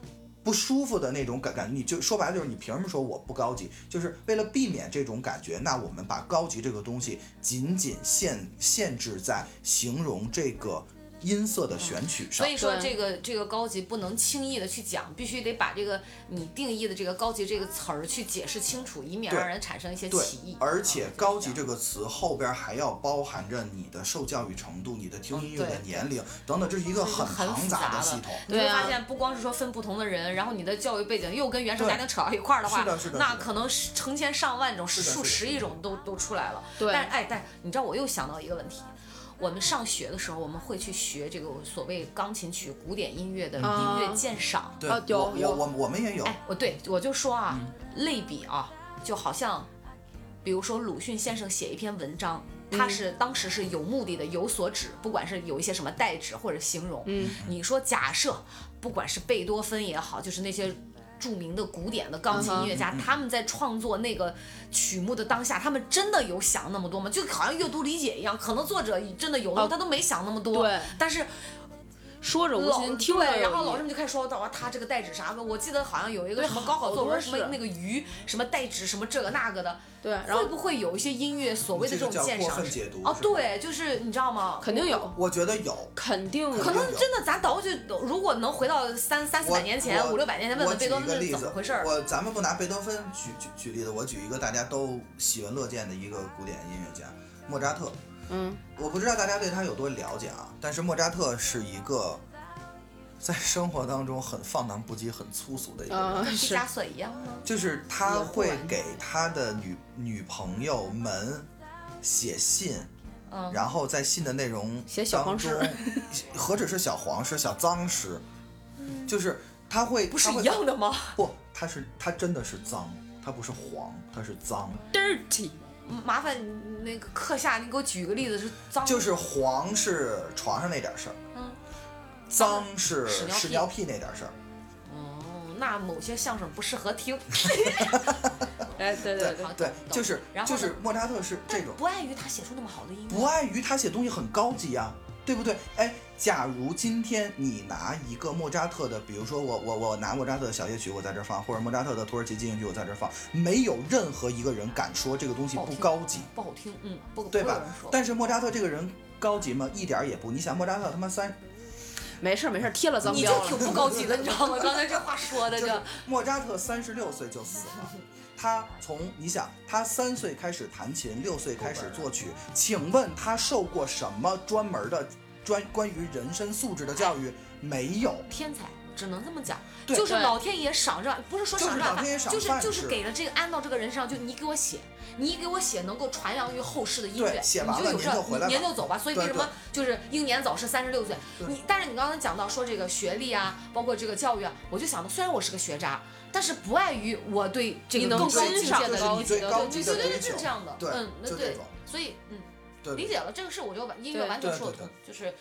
不舒服的那种感感觉，你就说白了就是你凭什么说我不高级？就是为了避免这种感觉，那我们把高级这个东西仅仅限限制在形容这个音色的选取上。
所以说
对
这个这个高级不能轻易的去讲，必须得把这个你定义的这个高级这个词儿去解释清楚，以免
对
让人产生一些
对
歧义。，
而且
嗯
“高级”这个词后边还要包含着你的受教育程度、你的听音乐的
嗯对
年龄等等，这是一个很
很
庞
复
杂
杂
的
的
系统。
你会
对啊
发现，不光是说分不同的人，然后你的教育背景又跟原生家庭扯到一块儿的话，
是的是的
那
是的
可能是成千上万种、
是的
数
是的
十亿种都都出来了。
对
但是哎，但是你知道我又想到一个问题。我们上学的时候，我们会去学这个所谓钢琴曲、古典音乐的音乐
啊
鉴赏。
对，
啊有
我
有
我我我们也有，
哦哎，我对我就说啊，
嗯
类比啊，就好像，比如说鲁迅先生写一篇文章，
嗯
他是当时是有目的的、有所指，不管是有一些什么代指或者形容。
嗯，
你说假设，不管是贝多芬也好，就是那些。著名的古典的钢琴
嗯
音乐家，他们在创作那个曲目的当下，他们真的有想那么多吗？就好像阅读理解一样，可能作者真的有那么，
哦
他都没想那么多。
对
但是
说者无
老
心，听者
对，然后
有
老
意
师。们就开始说到啊，他这个代指啥的，我记得好像有一个
对
什么高考作文
好多
什么
是
那个鱼什么代指什么这个那个的，
对，然
会
后
不会有一些音乐所谓的
这
种
个叫
鉴
过
赏
分解读
哦，
是吧
对，就是你知道吗？
肯定有，
我觉得有。
肯定有
可能
肯定有
真的咱倒就如果能回到三三四
我
百年前
我
五六百年前，问
我
问
举
贝多
一个
芬
例
是怎
子
么回事儿，
我咱们不拿贝多芬举举举例子，我举一个大家都喜闻乐见的一个古典音乐家莫扎特。
嗯，
我不知道大家对他有多了解啊，但是莫扎特是一个在生活当中很放荡不羁、很粗俗的一 个人。
嗯
跟毕
是
加索一样吗？
就是他会给他的女女朋友们写信，
嗯
然后在信的内容
写小黄 诗
当中，何止是小黄诗、小脏诗，就是他会
嗯不是一样
的
的吗？
不，他是他真的是脏，他不是黄，他是脏，
dirty，
嗯麻烦你那个课下你给我举个例子，是脏
就是黄是床上那点事儿，
嗯
脏是
屎尿屁
屎尿屁那点事儿，
哦，那某些相声不适合听，
哎，对对对
好，
对，
懂
就是
然后
就
呢
是莫扎特是这
但
种。
不碍于他写出那么好的音乐
不。碍于他写东西很高级呀、对不对？哎，假如今天你拿一个莫扎特的，比如说我我我拿莫扎特的小夜曲我在这儿放，或者莫扎特的土耳其进行曲我在这儿放，没有任何一个人敢说这个东西不高级，
不好听，嗯，不
对
不
吧
有人说？
但是莫扎特这个人高级吗？一点儿也不。你想莫扎特他妈三，
没事儿没事儿，贴了脏
你
标
这
了
挺。不高级的，你知道吗？刚才这话说的
就是
就，
莫扎特三十六岁就死 了。他从你想，他三岁开始弹琴，六岁开始作曲，请问他受过什么专门的专关于人身素质的教育？没有。
天才，只能这么讲，
对
就是
对
老天爷赏着，不是说
就
赏
是
着办
老
法，
天爷赏
就是
饭
就是
吃
给了这个安到这个人身上，就你给我写，你给我写能够传扬于后世的音乐，
对写
你
完
就
了
有
您
这
就回来吧
您就走吧。所以
对
为什么就是英年早逝三十六岁？
对
你但是你刚才讲到说这个学历啊，包括这个教育啊，我就想到，虽然我是个学渣，但是不碍于我对这
你
个
能
更高
欣
境
赏
界的
就是
理
你
解，
对高
对
级的
对
追
对，
求
是这样的，
对
嗯，那
就这
对
种，
所以嗯。
对
理解了，这个事我就完音乐
对
完全
呃对
说得
对
通，就是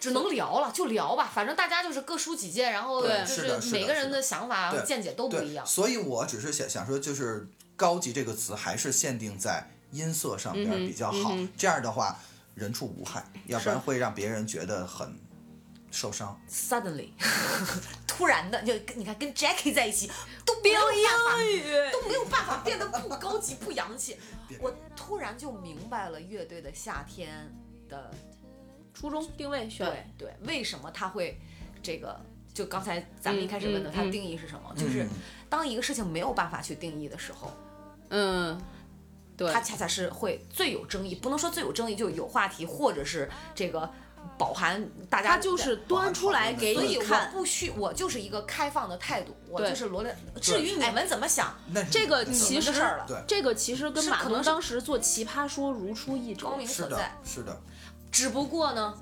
只能聊了，就聊吧，反正大家就是各抒己见，然后
对
就是
的是的
每个
是
人
的
的想法
对
见解都不一
对，
样。
所以我只是想想说，就是“高级”这个词还是限定在音色上边
嗯哼
比较好，
嗯哼
这样的话人畜无害，要不然会让别人觉得很受伤。
suddenly，突然的，就你看跟 Jackie 在一起都没有办法，
语
都没有办法变得不高级、不洋气。我突然就明白了乐队的夏天的
初中定位选
对对，为什么他会这个？就刚才咱们一开始问的，
嗯嗯
它的
嗯
定义是什么？就是当一个事情没有办法去定义的时候，
嗯，对
它恰恰是会最有争议，不能说最有争议，就有话题，或者是这个饱含大家
他就是端出来给
所以
你
我
看。
不需，我就是一个开放的态度，我
对
就是罗列。至于你们怎么想，
那是
这个
你
其
们
实
的事儿了
对
这个其实跟
是
马
可能
东
是
当时做《奇葩说》如出一辙
高。明
是
所
的
在。，
是的，
只不过呢，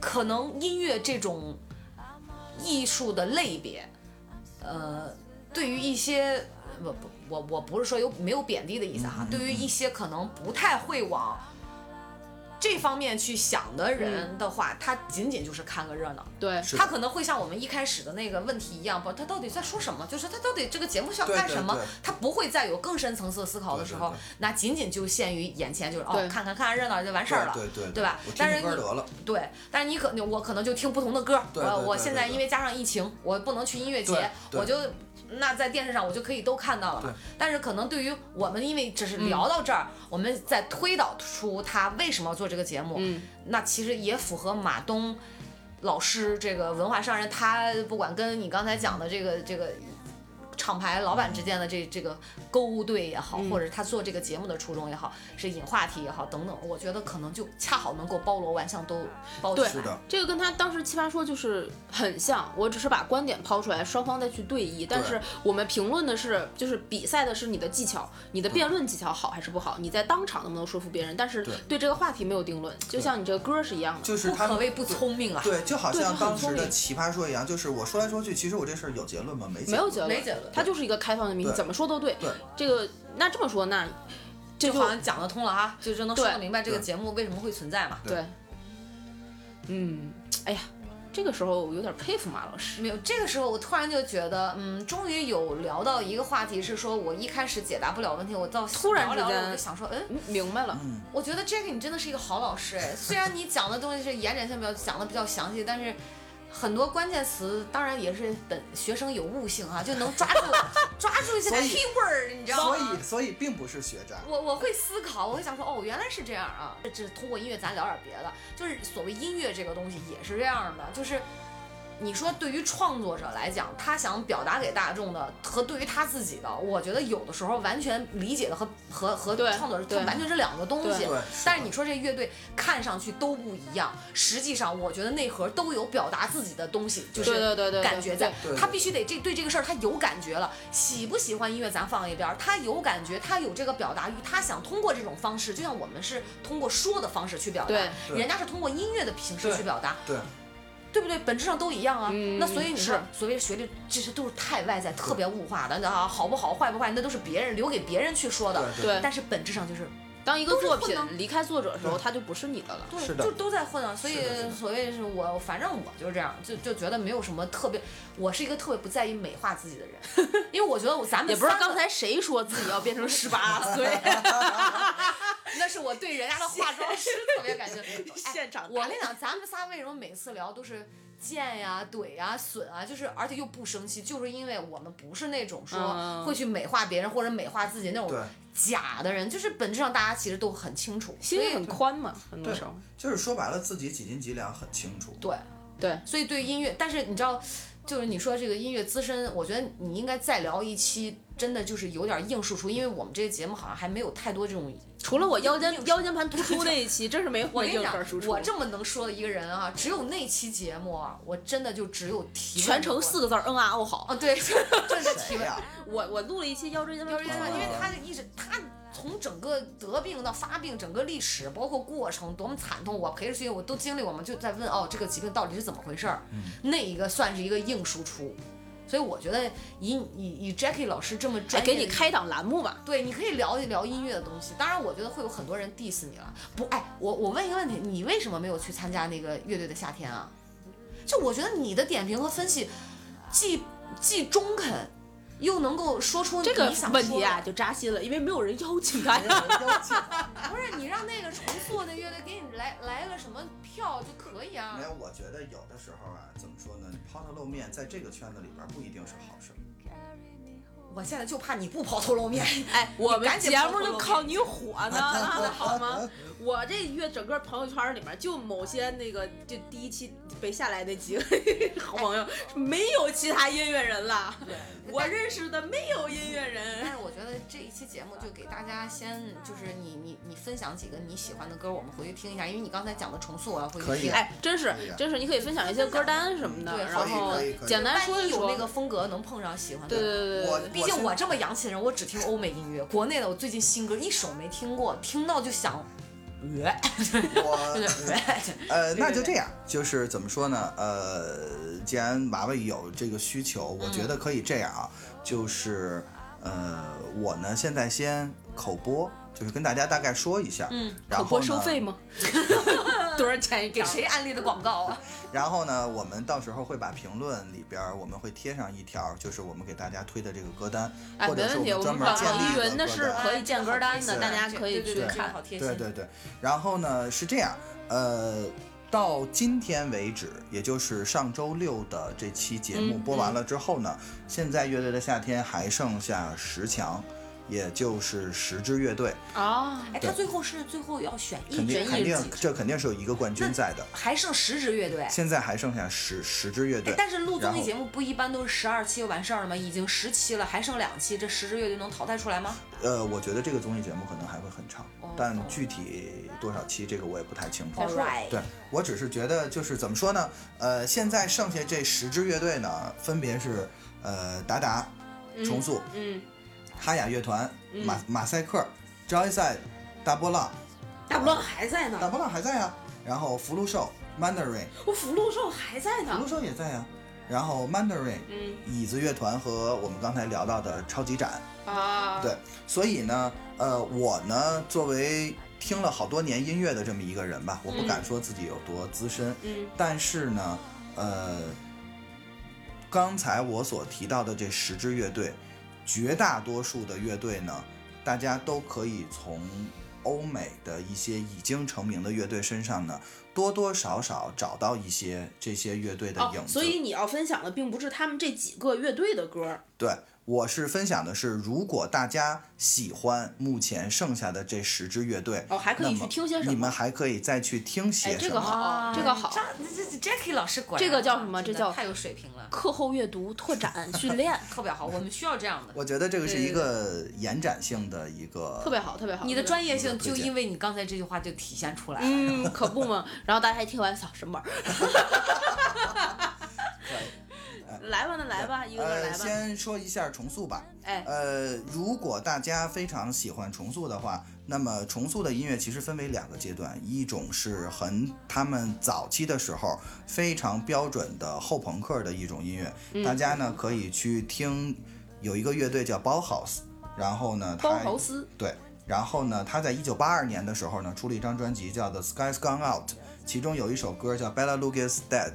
可能音乐这种艺术的类别，呃，对于一些我不我我不是说有没有贬低的意思哈，
嗯嗯
对于一些可能不太会往。这方面去想的人的话，他仅仅就是看个热闹，
对，
嗯是
他
的
可能会像我们一开始的那个问题一样，不，他到底在说什么？就是他到底这个节目是要
对
干
对
什么
对？
他不会再有更深层次的思考的
对
时
对
候
对，
那仅仅就限于眼前，就是哦
对，
看看看看热闹就完事儿了，
对对
对吧
我听
但是
听歌
你
得了，
对，但是你可我可能就听不同的歌，
对
我
对
我
对
现
对
在
对
因为加上疫情，我不能去音乐节
对，对
我就那在电视上我就可以都看到了嘛
对。嗯
但是可能对于我们，因为只是聊到这儿，我们再推导出他为什么要做这个节目，
嗯
那其实也符合马东老师这个文化商人，他不管跟你刚才讲的这个这个。厂牌老板之间的这这个勾兑也好，
嗯
或者他做这个节目的初衷也好，是引话题也好，等等，我觉得可能就恰好能够包罗万象都包起
对
来。
是的，
这个跟他当时奇葩说就是很像，我只是把观点抛出来，双方再去对弈。但是我们评论的是，就是比赛的是你的技巧，你的辩论技巧好还是不好，你在当场能不能说服别人，但是
对
对这个话题没有定论，就像你这个歌是一样的。
就是
不
他
可
们
谓不聪明啊。
对，就好
对
像
他很
当时
聪
的
明
奇葩说一样，就是我说来说去，其实我这事儿有结论吗？没
没有
结
结论，
没结论
它就是一个开放的谜题，
对
怎么说都对。
对
这个那这么说，那这
就
就
好像讲得通了啊，就就能说
对
得明白这个
对
节目为什么会存在嘛。
对
对，嗯，哎呀，这个时候我有点佩服马老师，
没有，这个时候我突然就觉得，嗯，终于有聊到一个话题，是说我一开始解答不了问题，我到
突然之
聊聊
间
我就想说，嗯，
嗯明白了，
我觉得 Jack 你真的是一个好老师哎，虽然你讲的东西是延展性比较讲的比较详细，但是。很多关键词当然也是本学生有悟性啊，就能抓住 抓住一些
所以
key word，你知
论，
道
所
吗
以？所以并不是学渣，
我我会思考，我会想说，哦，原来是这样啊。这这通过音乐咱聊点别的，就是所谓音乐这个东西也是这样的，就是你说对于创作者来讲，他想表达给大众的和对于他自己的，我觉得有的时候完全理解的和和和
对
创作者
对
他完全是两个东西
对对。
但
是
是
的
你说这乐队看上去都不一样，实际上我觉得内核都有表达自己的东西，就
对
是
对对对，
感觉在
对。
对
他必须得这对这个事儿他有感觉了，喜不喜欢音乐咱放一边儿，他有感觉，他有这个表达欲，他想通过这种方式，就像我们是通过说的方式去表达
对，
对
人家是通过音乐的形式
对
去表达，
对，
对不对？本质上都一样啊。
嗯
那所以你说
是
所谓学历，这些都是太外在、特别物化的，那啊好不好、坏不坏，那都是别人留给别人去说的。
对
对
但是本质上就是
当一个
都是
作
混
品
的
离开作者的时候，
对
它就不是你的了。
对，
是的
嗯就都在混啊。所以
是的是的
所谓是我，反正我就是这样，就就觉得没有什么特别，我是一个特别不在意美化自己的 人，因为我觉得我咱们
也不知道
三个
刚才谁说自己要变成 十八岁，啊
那是我对人家的化妆 师特别感兴趣。哎，
现 场
我跟你讲，咱们仨为什么每次聊都是贱呀、怼呀、损啊，就是而且又不生气，就是因为我们不是那种说
嗯
会去美化别人或者美化自己那种
对
假的人，就是本质上大家其实都很清楚，所
心里
以
很宽嘛，很多
对
时候。
就是说白了，自己几斤几两很清楚。
对
对，
所以对音乐，但是你知道，就是你说这个音乐资深，我觉得你应该再聊一期，真的就是有点硬输出，因为我们这个节目好像还没有太多这种
除了我腰间腰间盘突 出那一期，真是没有
我
我
跟你
硬
讲
核输，出。
我这么能说的一个人啊，只有那期节目啊，我真的就只有提问
全程
过
四个字儿，嗯啊哦好。
啊，对， 真的提
谁
问
呀。
我我录了一期腰椎间盘
就
突
是
出
因为，因为他就一直他从整个得病到发病整个历史，包括过程多么惨痛，我陪着学我都经历，我们就在问哦，这个疾病到底是怎么回事儿？那一个算是一个硬输出，所以我觉得以以以 Jackie 老师这么
哎
专业
给你
的
开档栏目吧。
对，你可以聊一聊音乐的东西。当然，我觉得会有很多人 diss 你了。不，哎，我我问一个问题，你为什么没有去参加那个乐队的夏天啊？就我觉得你的点评和分析既既中肯，又能够说出
这个
你想
问
说
题啊，
的，
就扎心了，因为没有人邀请他
没有人邀请他
不是你让那个重塑那乐队给你来来个什么票就可以啊
没。有，我觉得有的时候啊，怎么说呢？你抛头露面，在这个圈子里边不一定是好事儿。
我现在就怕你不抛头露面，
哎，我们
赶紧
节
抛
目
头
就
露
靠你火呢，啊好
呃
吗？我这月整个朋友圈里面，就某些那个就第一期被下来那几个好朋友，没有其他音乐人了。 我认识的没有音乐
但
人。
是我觉得这一期节目就给大家先就是你你你分享几个你喜欢的歌，我们回去听一下，因为你刚才讲的重塑，我要回去
可以
听。
哎，真是
对呀
真是，你可以分享一些歌单什么的，
对
然
可以
后
可以可以
简单
万
说一
一有
说。
那个风格能碰上喜欢的，
对对对对
我
对，
毕竟
是
我这么洋气的人，我只听欧美音乐，国内的我最近新歌一首没听过，听到就想，呃，
我呃，那就这样，就是怎么说呢？呃，既然娃娃有这个需求，我觉得可以这样啊，就是呃，我呢现在先口播，就是跟大家大概说一下，嗯，然
口
后
播
呢
收费吗？多少钱一
给
条？
谁安利的广告啊？
然后呢，我们到时候会把评论里边儿我们会贴上一条，就是我们给大家推的这个歌单，
哎，
或
没
者是
问题，
们
我
专
们
门
广
建
告依
立
云
一
的
个歌
是
单。
可以建歌单的，
对
大家可以
对对
去
对这个
看。
好贴心，
对对对，然后呢是这样，呃，到今天为止，也就是上周六的这期节目
嗯
播完了之后呢，现在乐队的夏天还剩下十强，也就是十支乐队，
啊，
哎，他最后是最后要选一
肯定
人
肯
一
定
人几个，
这肯定是有一个冠军在的。
还剩十支乐队。
现在还剩下十十支乐
哎
队，，
但是录综
然
艺
后
节目不一般都是十二期就完事儿了吗？已经十期了，还剩两期，这十支乐队能淘汰出来吗？
呃，我觉得这个综艺节目可能还会很长
哦，
但具体多少期这个我也不太清楚。
right
对我只是觉得就是怎么说呢？呃，现在剩下这十支乐队呢，分别是呃达达、重塑、
嗯，
哈雅乐团、马马赛克、Joyside、大波浪、
大波浪还在呢，
大波浪还在啊，然后福禄寿、Mandarin、
我福禄寿还在
福
呢
禄。寿也在啊，然后 Mandarin、
嗯
椅子乐团和我们刚才聊到的超级展，
啊，
对，所以呢，呃，我呢作为听了好多年音乐的这么一个人吧，我不敢说自己有多资深，
嗯
但是呢，呃，刚才我所提到的这十支乐队，绝大多数的乐队呢，大家都可以从欧美的一些已经成名的乐队身上呢，多多少少找到一些这些乐队的
哦
影子。，
所以你要分享的并不是他们这几个乐队的歌，
对，我是分享的是，如果大家喜欢目前剩下的这十支乐队，
哦还可以
那
去
么
听些什
你
么
们还可以再去听些
哎
什么。
这个好这个好
张哦这这这 Jackie 老师果然
这个叫什么
真的
这叫
太有水平了，
课后阅读、拓 展、训练，
特别好，我们需要这样的。
我觉得这个是
对
一个延展性的一个
特别好，特别好。
你的
特别好
专业性
推
就
荐
因为你刚才这句话就体现出来了。
嗯，可不嘛。 然后大家还听完小什么玩儿？来吧，那来吧，一个个
呃，
来吧。
先说一下重塑吧。
哎，
呃，如果大家非常喜欢重塑的话，那么重塑的音乐其实分为两个阶段，一种是很他们早期的时候非常标准的后朋克的一种音乐，大家呢可以去听，有一个乐队叫 Bauhaus，然后呢，
包
它
豪斯，
对，然后呢，他在一九八二年的时候呢，出了一张专辑叫《The Sky's Gone Out》，其中有一首歌叫《Bella Lugosi's Dead》，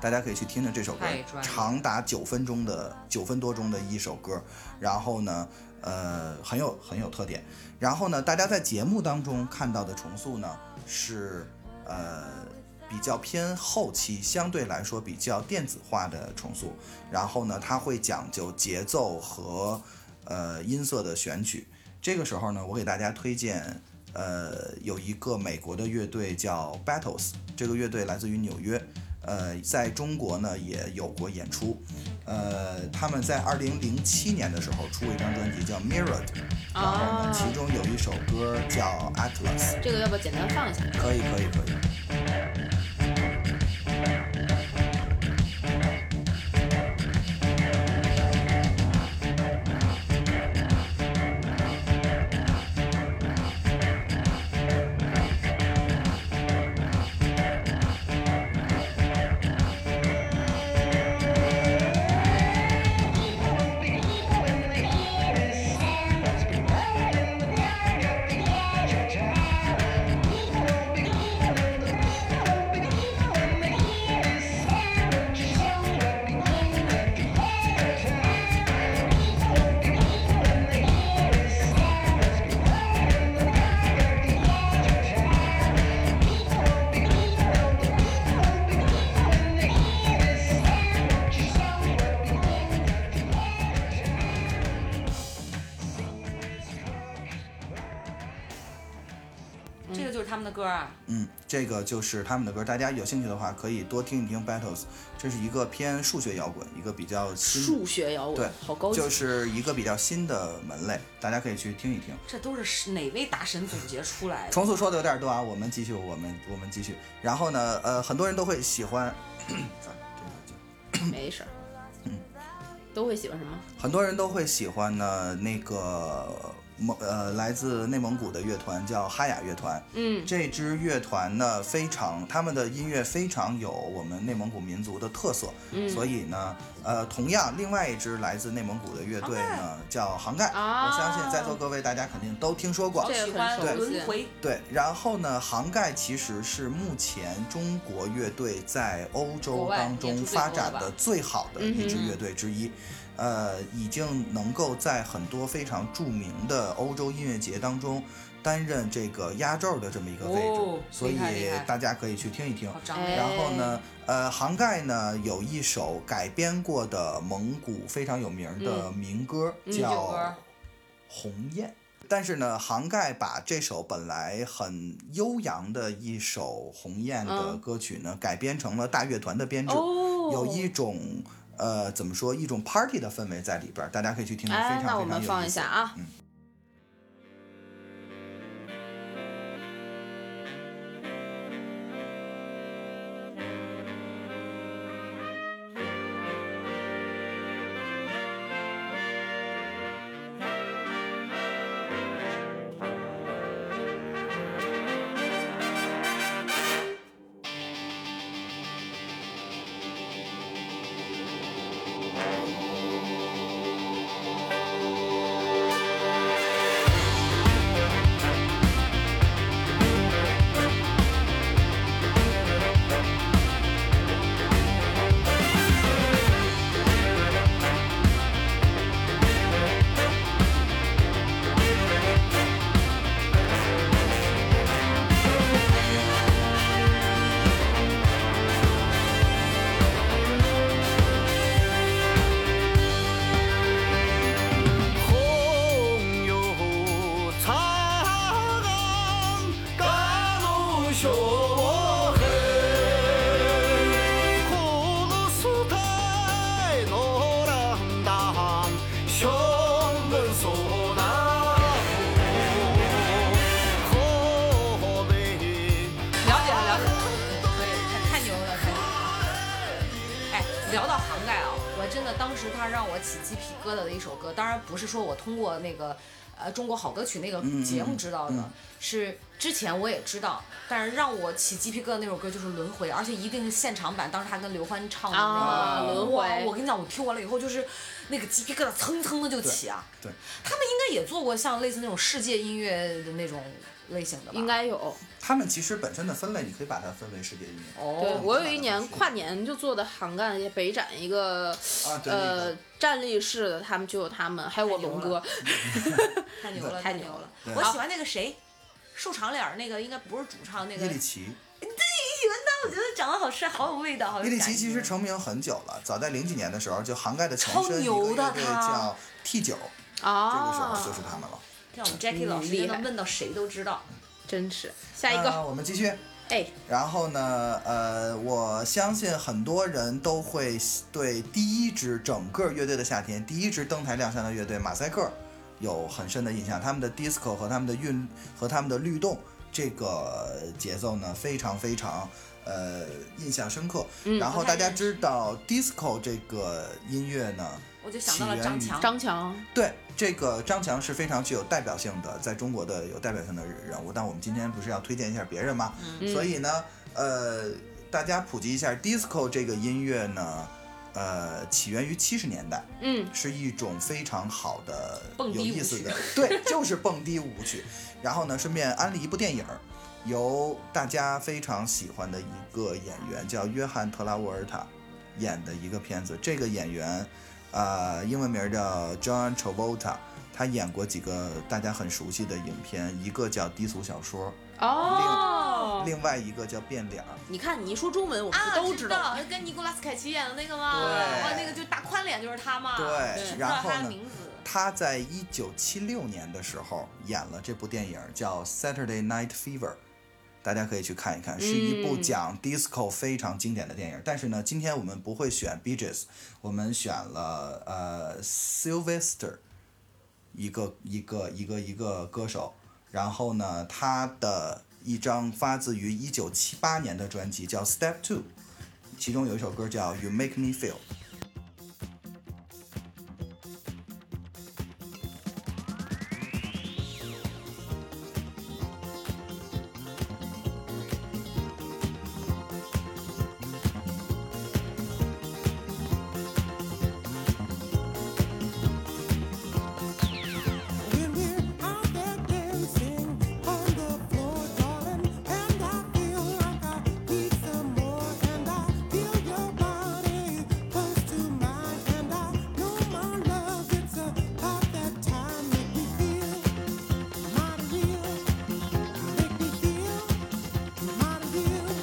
大家可以去听听这首歌
太专，业
长达九分钟的九分多钟的一首歌。然后呢，呃，很有很有特点。然后呢，大家在节目当中看到的重塑呢，是呃比较偏后期，相对来说比较电子化的重塑。然后呢，它会讲究节奏和呃音色的选取。这个时候呢，我给大家推荐，呃，有一个美国的乐队叫 Battles，这个乐队来自于纽约，呃，在中国呢也有过演出，呃，他们在二零零七年的时候出过一张专辑叫 Mirrored，然后呢，其中有一首歌叫 Atlas，
啊这个要不要简单放一下？
可以，可以，可以。
Yeah.
歌啊？
嗯，这个就是他们的歌，大家有兴趣的话可以多听一听 Battles，这是一个偏数学摇滚，一个比较新，
数学摇滚，
对
好高级。
就是一个比较新的门类，大家可以去听一听。
这都是哪位大神总结出来 的？
重复说的有点多啊，我们继续，我们我们继续。然后呢，呃，很多人都会喜欢，咱这个就
没事儿，都会喜欢什么？
很多人都会喜欢呢那个蒙呃来自内蒙古的乐团叫哈雅乐团。
嗯，
这支乐团呢非常，他们的音乐非常有我们内蒙古民族的特色，
嗯
所以呢，呃，同样另外一支来自内蒙古的乐队呢叫杭盖，
啊
我相信在座各位大家肯定都听说过。
好
这
喜
个
欢
很熟悉
轮回，
对，然后呢，杭盖其实是目前中国乐队在欧
国
洲
外
当
演
中
出最
发
多
展
的吧嗯
的最好的一支乐队之一，呃，已经能够在很多非常著名的欧洲音乐节当中担任这个压轴的这么一个位置，
哦
所以
厉害厉害
大家可以去听一听
好。张
哎
力。
然后呢，呃，杭盖呢有一首改编过的蒙古非常有名的民歌，
嗯这
叫
首歌
《鸿雁》。但是呢，杭盖把这首本来很悠扬的一首《鸿雁》的
嗯
歌曲呢，改编成了大乐团的编制，
哦，
有一种呃怎么说一种 party 的氛围在里边儿，大家可以去听听，
哎
非，
那我们
常非常有
放
意
一
思
下。啊。
嗯
朋友长赶路学恨，苦苏太罗浪荡，雄奔索那河北。
了解了，了解，可以，太太牛了，太牛了。哎，聊到杭盖啊，我真的当时他让我起鸡皮疙瘩的一首歌，当然不是说我通过那个呃《中国好歌曲》那个
嗯
节目知道的，
嗯
是之前我也知道，但是让我起鸡皮疙瘩那首歌就是《轮回》，而且一定是现场版，当时他跟刘欢唱的那
啊
个《
轮回
哇我跟你讲，我听完了以后就是那个鸡皮疙瘩蹭蹭的就起啊。
对，
他们应该也做过像类似那种世界音乐的那种类型的吧？
应该有，
他们其实本身的分类，你可以把它分为世界音乐。
对
哦，
我有一年跨年就做的杭盖北展一个
啊，对，那
呃
个
站立式的，他们就有他们，还有我龙 哥，
太牛了，
太
牛
牛了！
对
我喜欢那个谁，瘦长脸儿那个，应该不是主唱那个。
伊里
喜
奇。
欢他，我觉得长得好帅，好有味道，好有
伊
感觉。
利奇其实成名很久了，早在零几年的时候就涵盖的前身一个
超牛的
乐队
他
叫 T 九，这个时候
啊，
就是他们了。
像我们 Jackie
嗯
老师，
厉害
能问到谁都知道。
真是下一个，
那我们继续。
哎，
然后呢，呃，我相信很多人都会对第一支整个乐队的夏天，第一支登台亮相的乐队马赛克有很深的印象。他们的 disco 和他们的韵和他们的律动这个节奏呢，非常非常呃印象深刻。然后大家知道 disco 这个音乐呢，
我就想到了张
啊
强，
张强，
对，这个张强是非常具有代表性的，在中国的有代表性的人物。但我们今天不是要推荐一下别人吗？
嗯
所以呢，呃，大家普及一下 disco 这个音乐呢，呃，起源于七十年代，
嗯，
是一种非常好的、
蹦迪
有意 思的，对，就是蹦迪舞曲。然后呢，顺便安利一部电影儿，由大家非常喜欢的一个演员叫约翰·特拉沃尔塔演的一个片子。这个演员，呃，英文名叫 John Travolta，他演过几个大家很熟悉的影片，一个叫《低俗小说
哦》，，
另外一个叫《变脸儿》。
你看你一说中文，我们
啊，
就都
知
道。
道，跟尼古拉斯凯奇演的那个吗？
对
哇，那个就大宽脸就是他嘛。
对
知道
然后
他的
呢
名字。
他在一九七六年的时候演了这部电影叫《Saturday Night Fever》，大家可以去看一看，是一部讲 disco 非常经典的电影。但是呢，今天我们不会选 b e e g e s 我们选了呃 Sylvester，一个一个一个一个歌手。然后呢，他的一张发自于1978年的专辑叫《Step Two》，其中有一首歌叫《You Make Me Feel》。
When we're out there dancing on the floor, darling, and I feel like I need some more, and I feel your body close to mine, and I know my love, it's about that time. Make me feel mighty real, make me feel mighty real.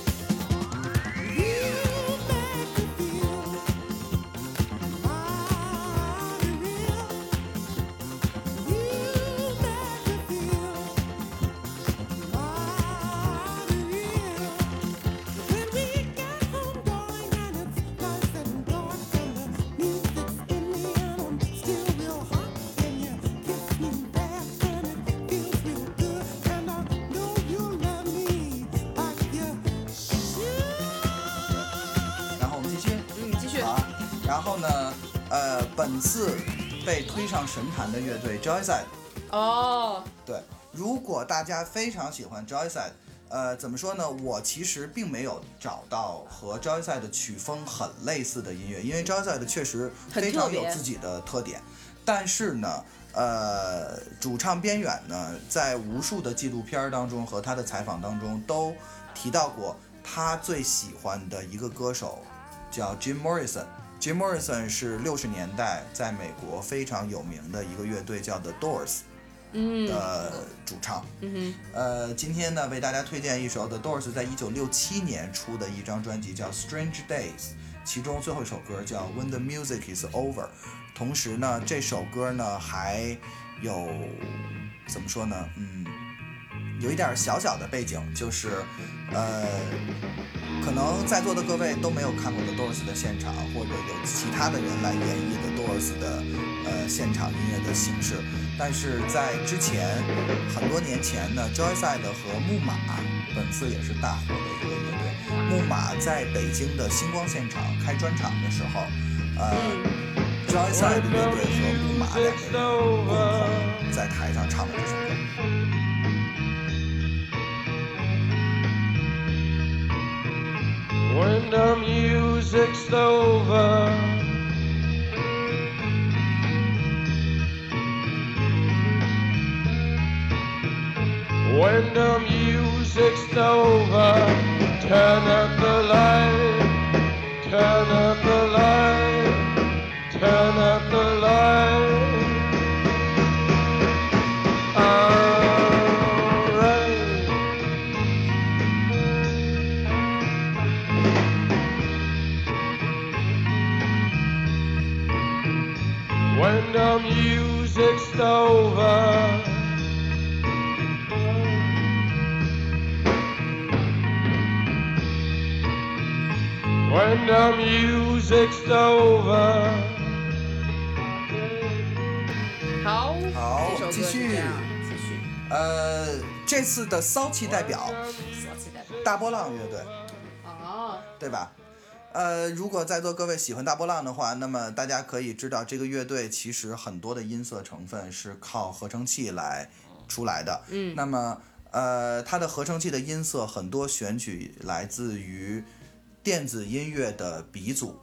You make me feel mighty real. You make me feel mighty real. When we get home, darling, and it's nice and dark, and the music's in me, and I'm still real hot, and you kiss me back, and it feels real good, and I know you love me like you should.
然后我们继续。
嗯，继续。
啊，然后呢，呃，本次被推上神坛的乐队 Joyside，
哦，
对，如果大家非常喜欢 Joyside，呃，怎么说呢？我其实并没有找到和 Joyside 的曲风很类似的音乐，因为 Joyside 确实
很
非
特
常
别
有自己的特点。但是呢，呃，主唱边远呢，在无数的纪录片儿当中和他的采访当中都提到过，他最喜欢的一个歌手叫 Jim Morrison。Jim Morrison 是六十年代在美国非常有名的一个乐队，叫 The Doors。的主唱。嗯哼，呃，今天呢，为大家推荐一首 The Doors 在一九六七年出的一张专辑，叫《Strange Days》，其中最后一首歌叫《When the Music Is Over》。同时呢，这首歌呢还有怎么说呢？嗯，有一点小小的背景，就是呃，可能在座的各位都没有看过 The Doors 的现场，或者有其他的人来演绎 The Doors 的呃现场音乐的形式。但是在之前很多年前呢，Joyside 和木马本次也是大火的一个乐队。木马在北京的星光现场开专场的时候，呃，Joyside 乐队和木马两个人共同在台上唱了这首歌。
when the music's over. When the music's over, turn up the light, turn up the light, turn up the light. Alright. when the music's over. When the music's over.
好，
好
这首歌
继续
是这样，继续。
呃，这次的骚气代表大波浪乐队，
哦，
对吧？呃，如果在座各位喜欢大波浪的话，那么大家可以知道，这个乐队其实很多的音色成分是靠合成器来出来的。嗯，那么呃，它的合成器的音色很多选取来自于电子音乐的鼻祖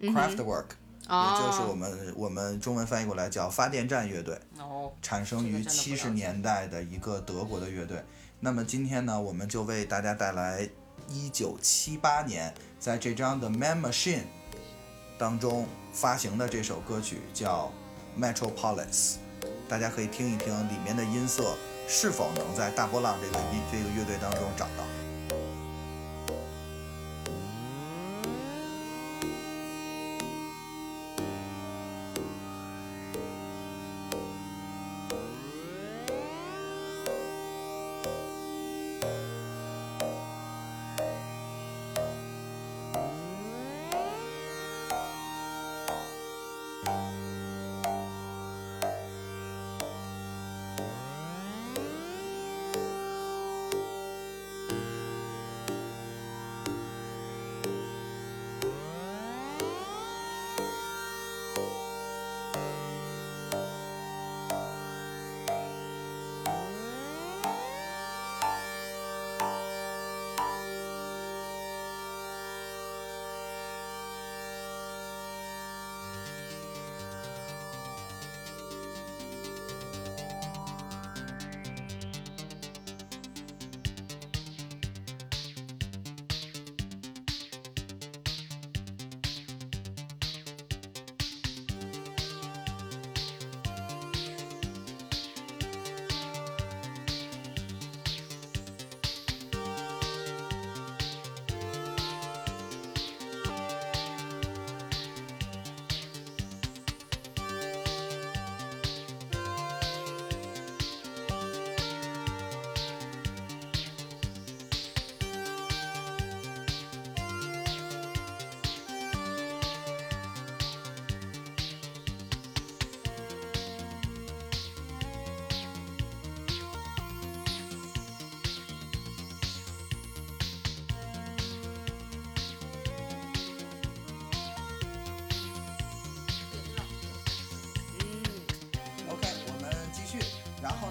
Craftwork，、也
哦
就是我们我们中文翻译过来叫发电站乐队。
哦，
产生
这
于
个真的不
七
了解
十年代的一个德国的乐队。那么今天呢，我们就为大家带来一九七八年在这张的《Man Machine》当中发行的这首歌曲，叫《Metropolis》，大家可以听一听里面的音色是否能在大波浪这个音这个乐队当中找到。
Metropolis,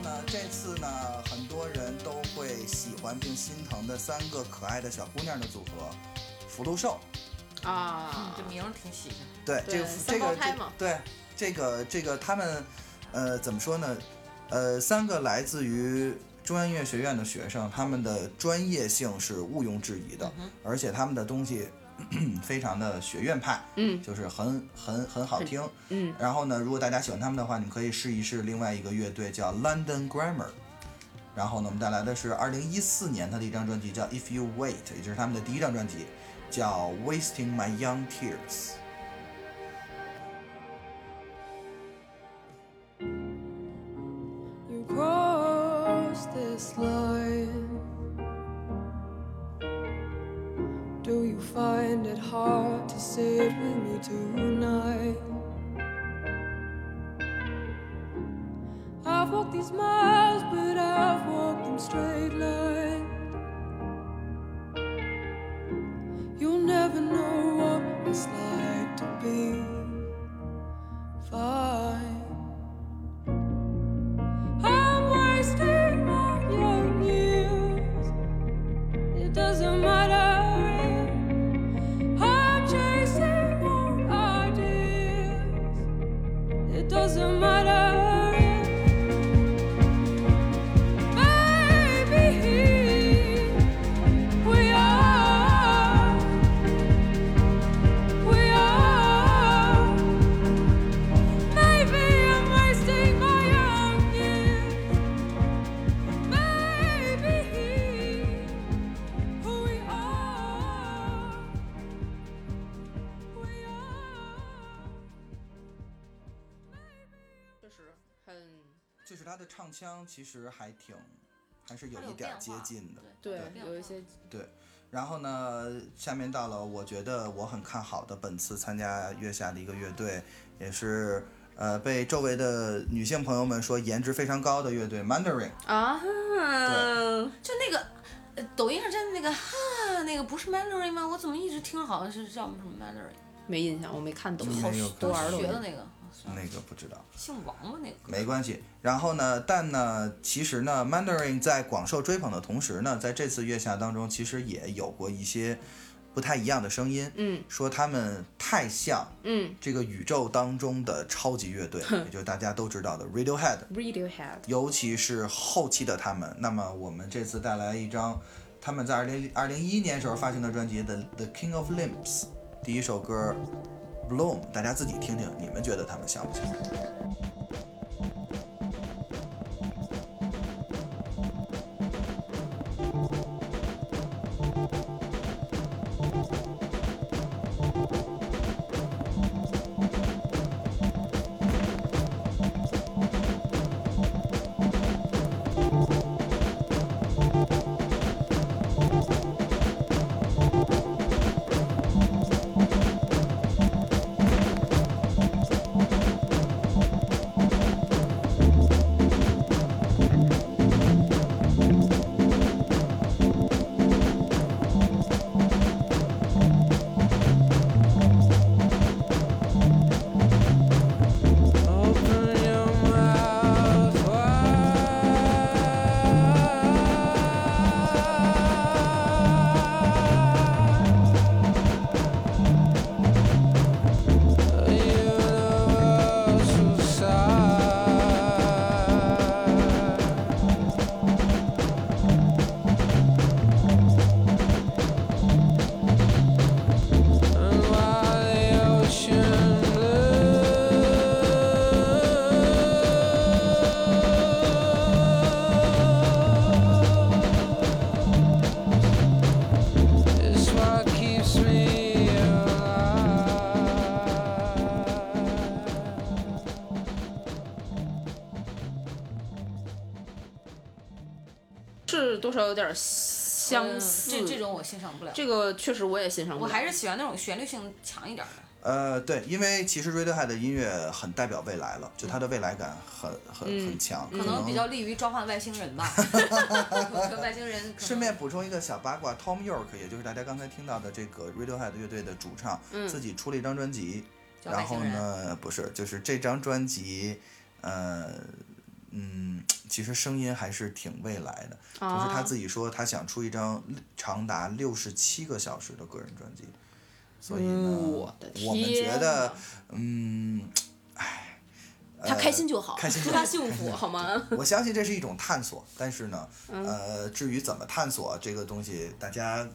呢，这次呢，很多人都会喜欢并心疼的三个可爱的小姑娘的组合，福禄寿。嗯
啊，
嗯这名儿挺喜庆，
对，
对
这个
三
这
胞
个
胎
这
嘛
对这个这个他们，呃，怎么说呢？呃，三个来自于中央音乐学院的学生，他们的专业性是毋庸置疑
嗯
的，而且他们的东西 咳咳非常的学院派，
嗯
就是很很很好听。
嗯，
然后呢，如果大家喜欢他们的话，你可以试一试另外一个乐队叫 London Grammar。然后呢，我们带来的是2014年他的一张专辑叫《If You Wait》，也就是他们的第一张专辑，叫《Wasting My Young Tears》。
You cross this line. Do you find it hard to sit with me tonight? I've walked these miles, but I've walked them straight line. You'll never know what it's like to be fine. I'm wasting my young years. It doesn't matter. if I'm chasing old ideas. It doesn't matter. if Maybe we are. We are. Maybe I'm wasting my young years. Maybe who we are, we are.
确实很
就是他的唱腔其实还挺，还是有
它
一
有
点
变
接
化
近的。
对
对，
有一些
对，然后呢，下面到了我觉得我很看好的本次参加月下的一个乐队，也是呃被周围的女性朋友们说颜值非常高的乐队 Mandarin。
啊，
就那个呃抖音上真的那个哈，那个不是 Mallory 吗？我怎么一直听好像是叫什么 Mallory？
没印象，我没看抖音，
没有
都
看
玩抖
学
音
的那个
那个不知道，
姓王吧那个。
没关系。然后呢，但呢，其实呢，Mandarin 在广受追捧的同时呢，在这次月下当中，其实也有过一些不太一样的声音，
嗯
说他们太像
嗯
这个宇宙当中的超级乐队，也就是大家都知道的 Radiohead，
，Radiohead，
尤其是后期的他们。那么我们这次带来一张他们在二零二零一年时候发行的专辑《The The King of Limbs》第一首歌《Bloom》，大家自己听听，你们觉得他们像不像？
Open your mouth wide. Universal sigh. And while the ocean blue is what keeps me alive.
是多少有点相似，
嗯这这种我欣赏不了，
嗯这个确实我也欣赏不
我
了，
还是喜欢那种旋律性强一点的。
呃，对，因为其实 Radiohead 的音乐很代表未来了，就它的未来感很很很强，嗯
嗯
可
可能比较利于召唤外星人吧。我觉得外星人可能
顺便补充一个小八卦，Tom York，也就是大家刚才听到的这个 Radiohead 乐队的主唱，自己出了一张专辑，
嗯叫
然
外
后
星人
呢，不是，就是这张专辑，呃，嗯，其实声音还是挺未来的。同时
啊
哦
他自己说，他想出一张长达六十七个小时的个人专辑，所以呢，
嗯
我
我
的
们觉
天
得
呐，
嗯，唉，
他
呃
开心就好，
开心就
祝
好
他幸福好 吗？
我相信这是一种探索，但是呢，
嗯
呃，至于怎么探索这个东西，大家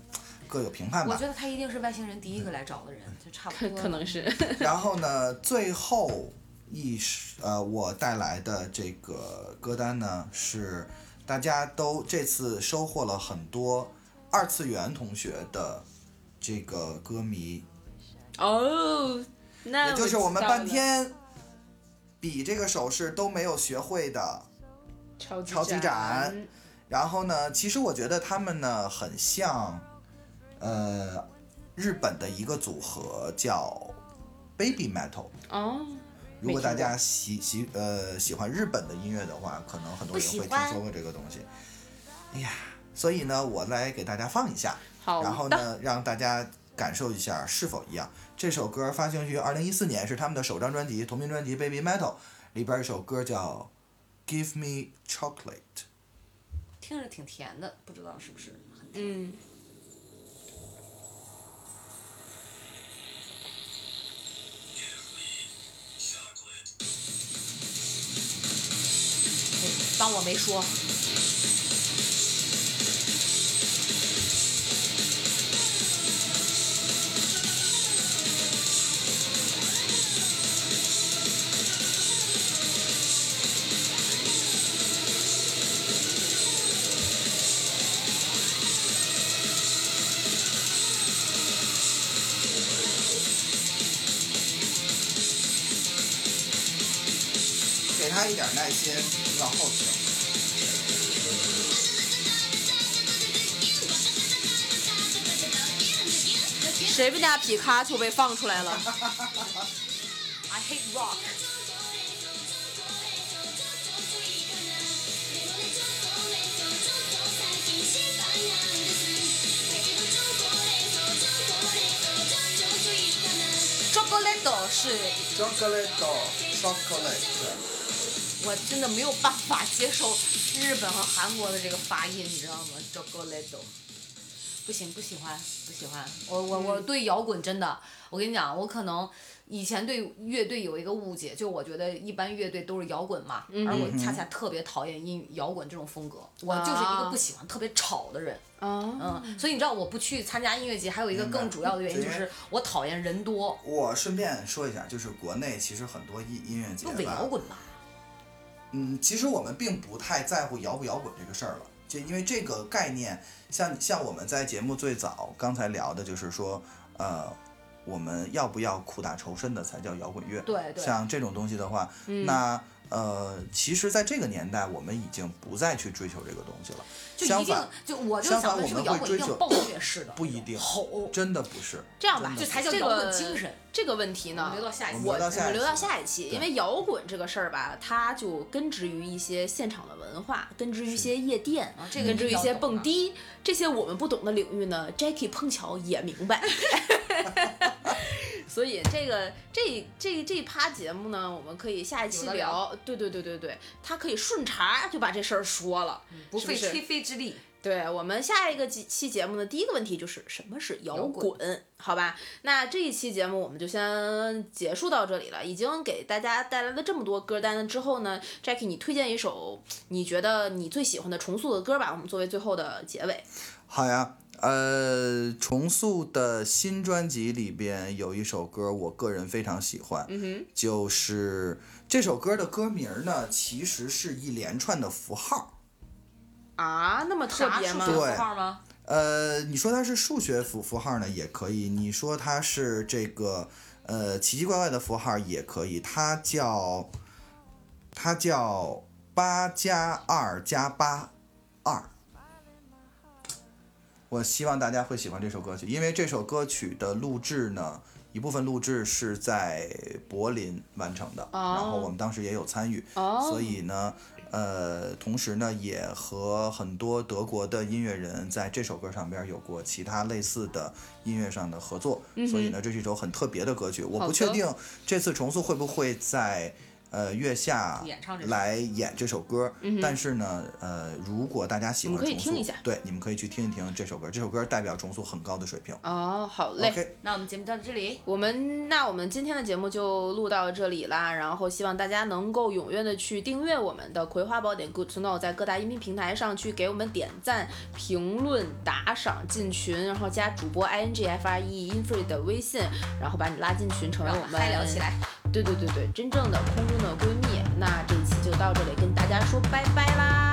各有评判
我
吧
觉。得他一定是外星人第一个来找的人，就差不
可
多。
可能是，
然后呢，最后一首呃，我带来的这个歌单呢，是大家都这次收获了很多二次元同学的这个歌迷，
哦，那
也就是我们
知道
半
了
天比这个手势都没有学会的。
超级
超级
展
展，然后呢，其实我觉得他们呢很像，呃，日本的一个组合叫 Baby Metal。
哦，
如果大家喜喜呃喜欢日本的音乐的话，可能很多人
不喜
会听
欢
说过这个东西。哎呀，所以呢，我来给大家放一下，
好的，
然后呢，让大家感受一下是否一样。这首歌发行于二零一四年，是他们的首张专辑同名专辑《Baby Metal》里边有一首歌叫《Give Me Chocolate》。
听着挺甜的，不知道是不是很甜。
嗯。
当我没说。
给他一点耐心，往后听。
谁们家皮卡丘被放出来了？I hate rock。
Chocolate 是
Chocolate chocolate，
我真的没有办法接受日本和韩国的这个发音，你知道吗？Chocolate，不行，不喜欢，不喜欢。我我我对摇滚真的，我跟你讲，我可能以前对乐队有一个误解，就我觉得一般乐队都是摇滚嘛，而我恰恰特别讨厌音摇滚这种风格，我就是一个不喜欢特别吵的人。
啊，
嗯，所以你知道我不去参加音乐节，还有一个
明白
更主要的原因
对
就是我讨厌人多，
我顺便说一下，就是国内其实很多音音乐节
就伪摇
吧，
滚吧。
嗯，其实我们并不太在乎摇不摇滚这个事儿了，就因为这个概念，像像我们在节目最早刚才聊的就是说，呃，我们要不要苦大仇深的才叫摇滚乐？
对嗯对
像这种东西的话，那呃，其实在这个年代，我们已经不再去追求这个东西了。
就
相
一定
反，
就我就
相
想问，
反我
是不
们
是摇
会
滚一
追
定
求
暴虐式的？
不一定
吼，
真的不是。
这样吧，
这才叫
这
摇
个
滚精神。
这个问题
我
呢
们，留到下一期
我们留到下一期
留到下一期，
对
因为摇滚这个事儿吧，它就根植于一些现场的文化，根植于一些夜店，
啊
嗯
这个
根植于一些
比较懂啊
蹦迪，这些我们不懂的领域呢，Jackie 碰巧也明白。 所以这个这这这一趴节目呢，我们可以下一期
有的
聊。对对对对对，他可以顺茬就把这事儿说了，
不
是不
费
是
吹灰之力。
对我们下一个几期节目的第一个问题就是什么是摇滚？
摇
好吧，那这一期节目我们就先结束到这里了。已经给大家带来了这么多歌单之后呢，Jackie，你推荐一首你觉得你最喜欢的重塑的歌吧，我们作为最后的结尾。
好呀，呃，重塑的新专辑里边有一首歌，我个人非常喜欢，
嗯
就是这首歌的歌名儿呢，其实是一连串的符号。
哼，啊，那么特别
啥？
吗
数
对
学号吗？
呃，你说它是数学符符号呢，也可以；你说它是这个呃奇奇怪怪的符号也可以。它叫它叫八加二加八二。我希望大家会喜欢这首歌曲，因为这首歌曲的录制呢，一部分录制是在柏林完成的，然后我们当时也有参与，
哦
所以呢，呃，同时呢，也和很多德国的音乐人在这首歌上边有过其他类似的音乐上的合作，所以呢，这是一首很特别的歌曲。
嗯
我
好
不
的
确定这次重塑会不会在呃月下
演唱这首
来演这首歌。
嗯哼
但是呢，呃，如果大家喜欢
你
重
可
塑，
以听一下
对，你们可以去听一听这首歌，这首歌代表重塑很高的水平。
哦，好嘞。
OK，
那我们节目到这里，
我们那我们今天的节目就录到这里啦，然后希望大家能够踊跃的去订阅我们的《葵花宝典 Good to Know》，在各大音频平台上去给我们点赞、评论、打赏、进群，然后加主播 i n g f r e infree 的微信，然后把你拉进群，成为
让我
我
们
们
嗨聊起来。
对对对对，真正的空中的闺蜜。那这一期就到这里，跟大家说拜拜啦。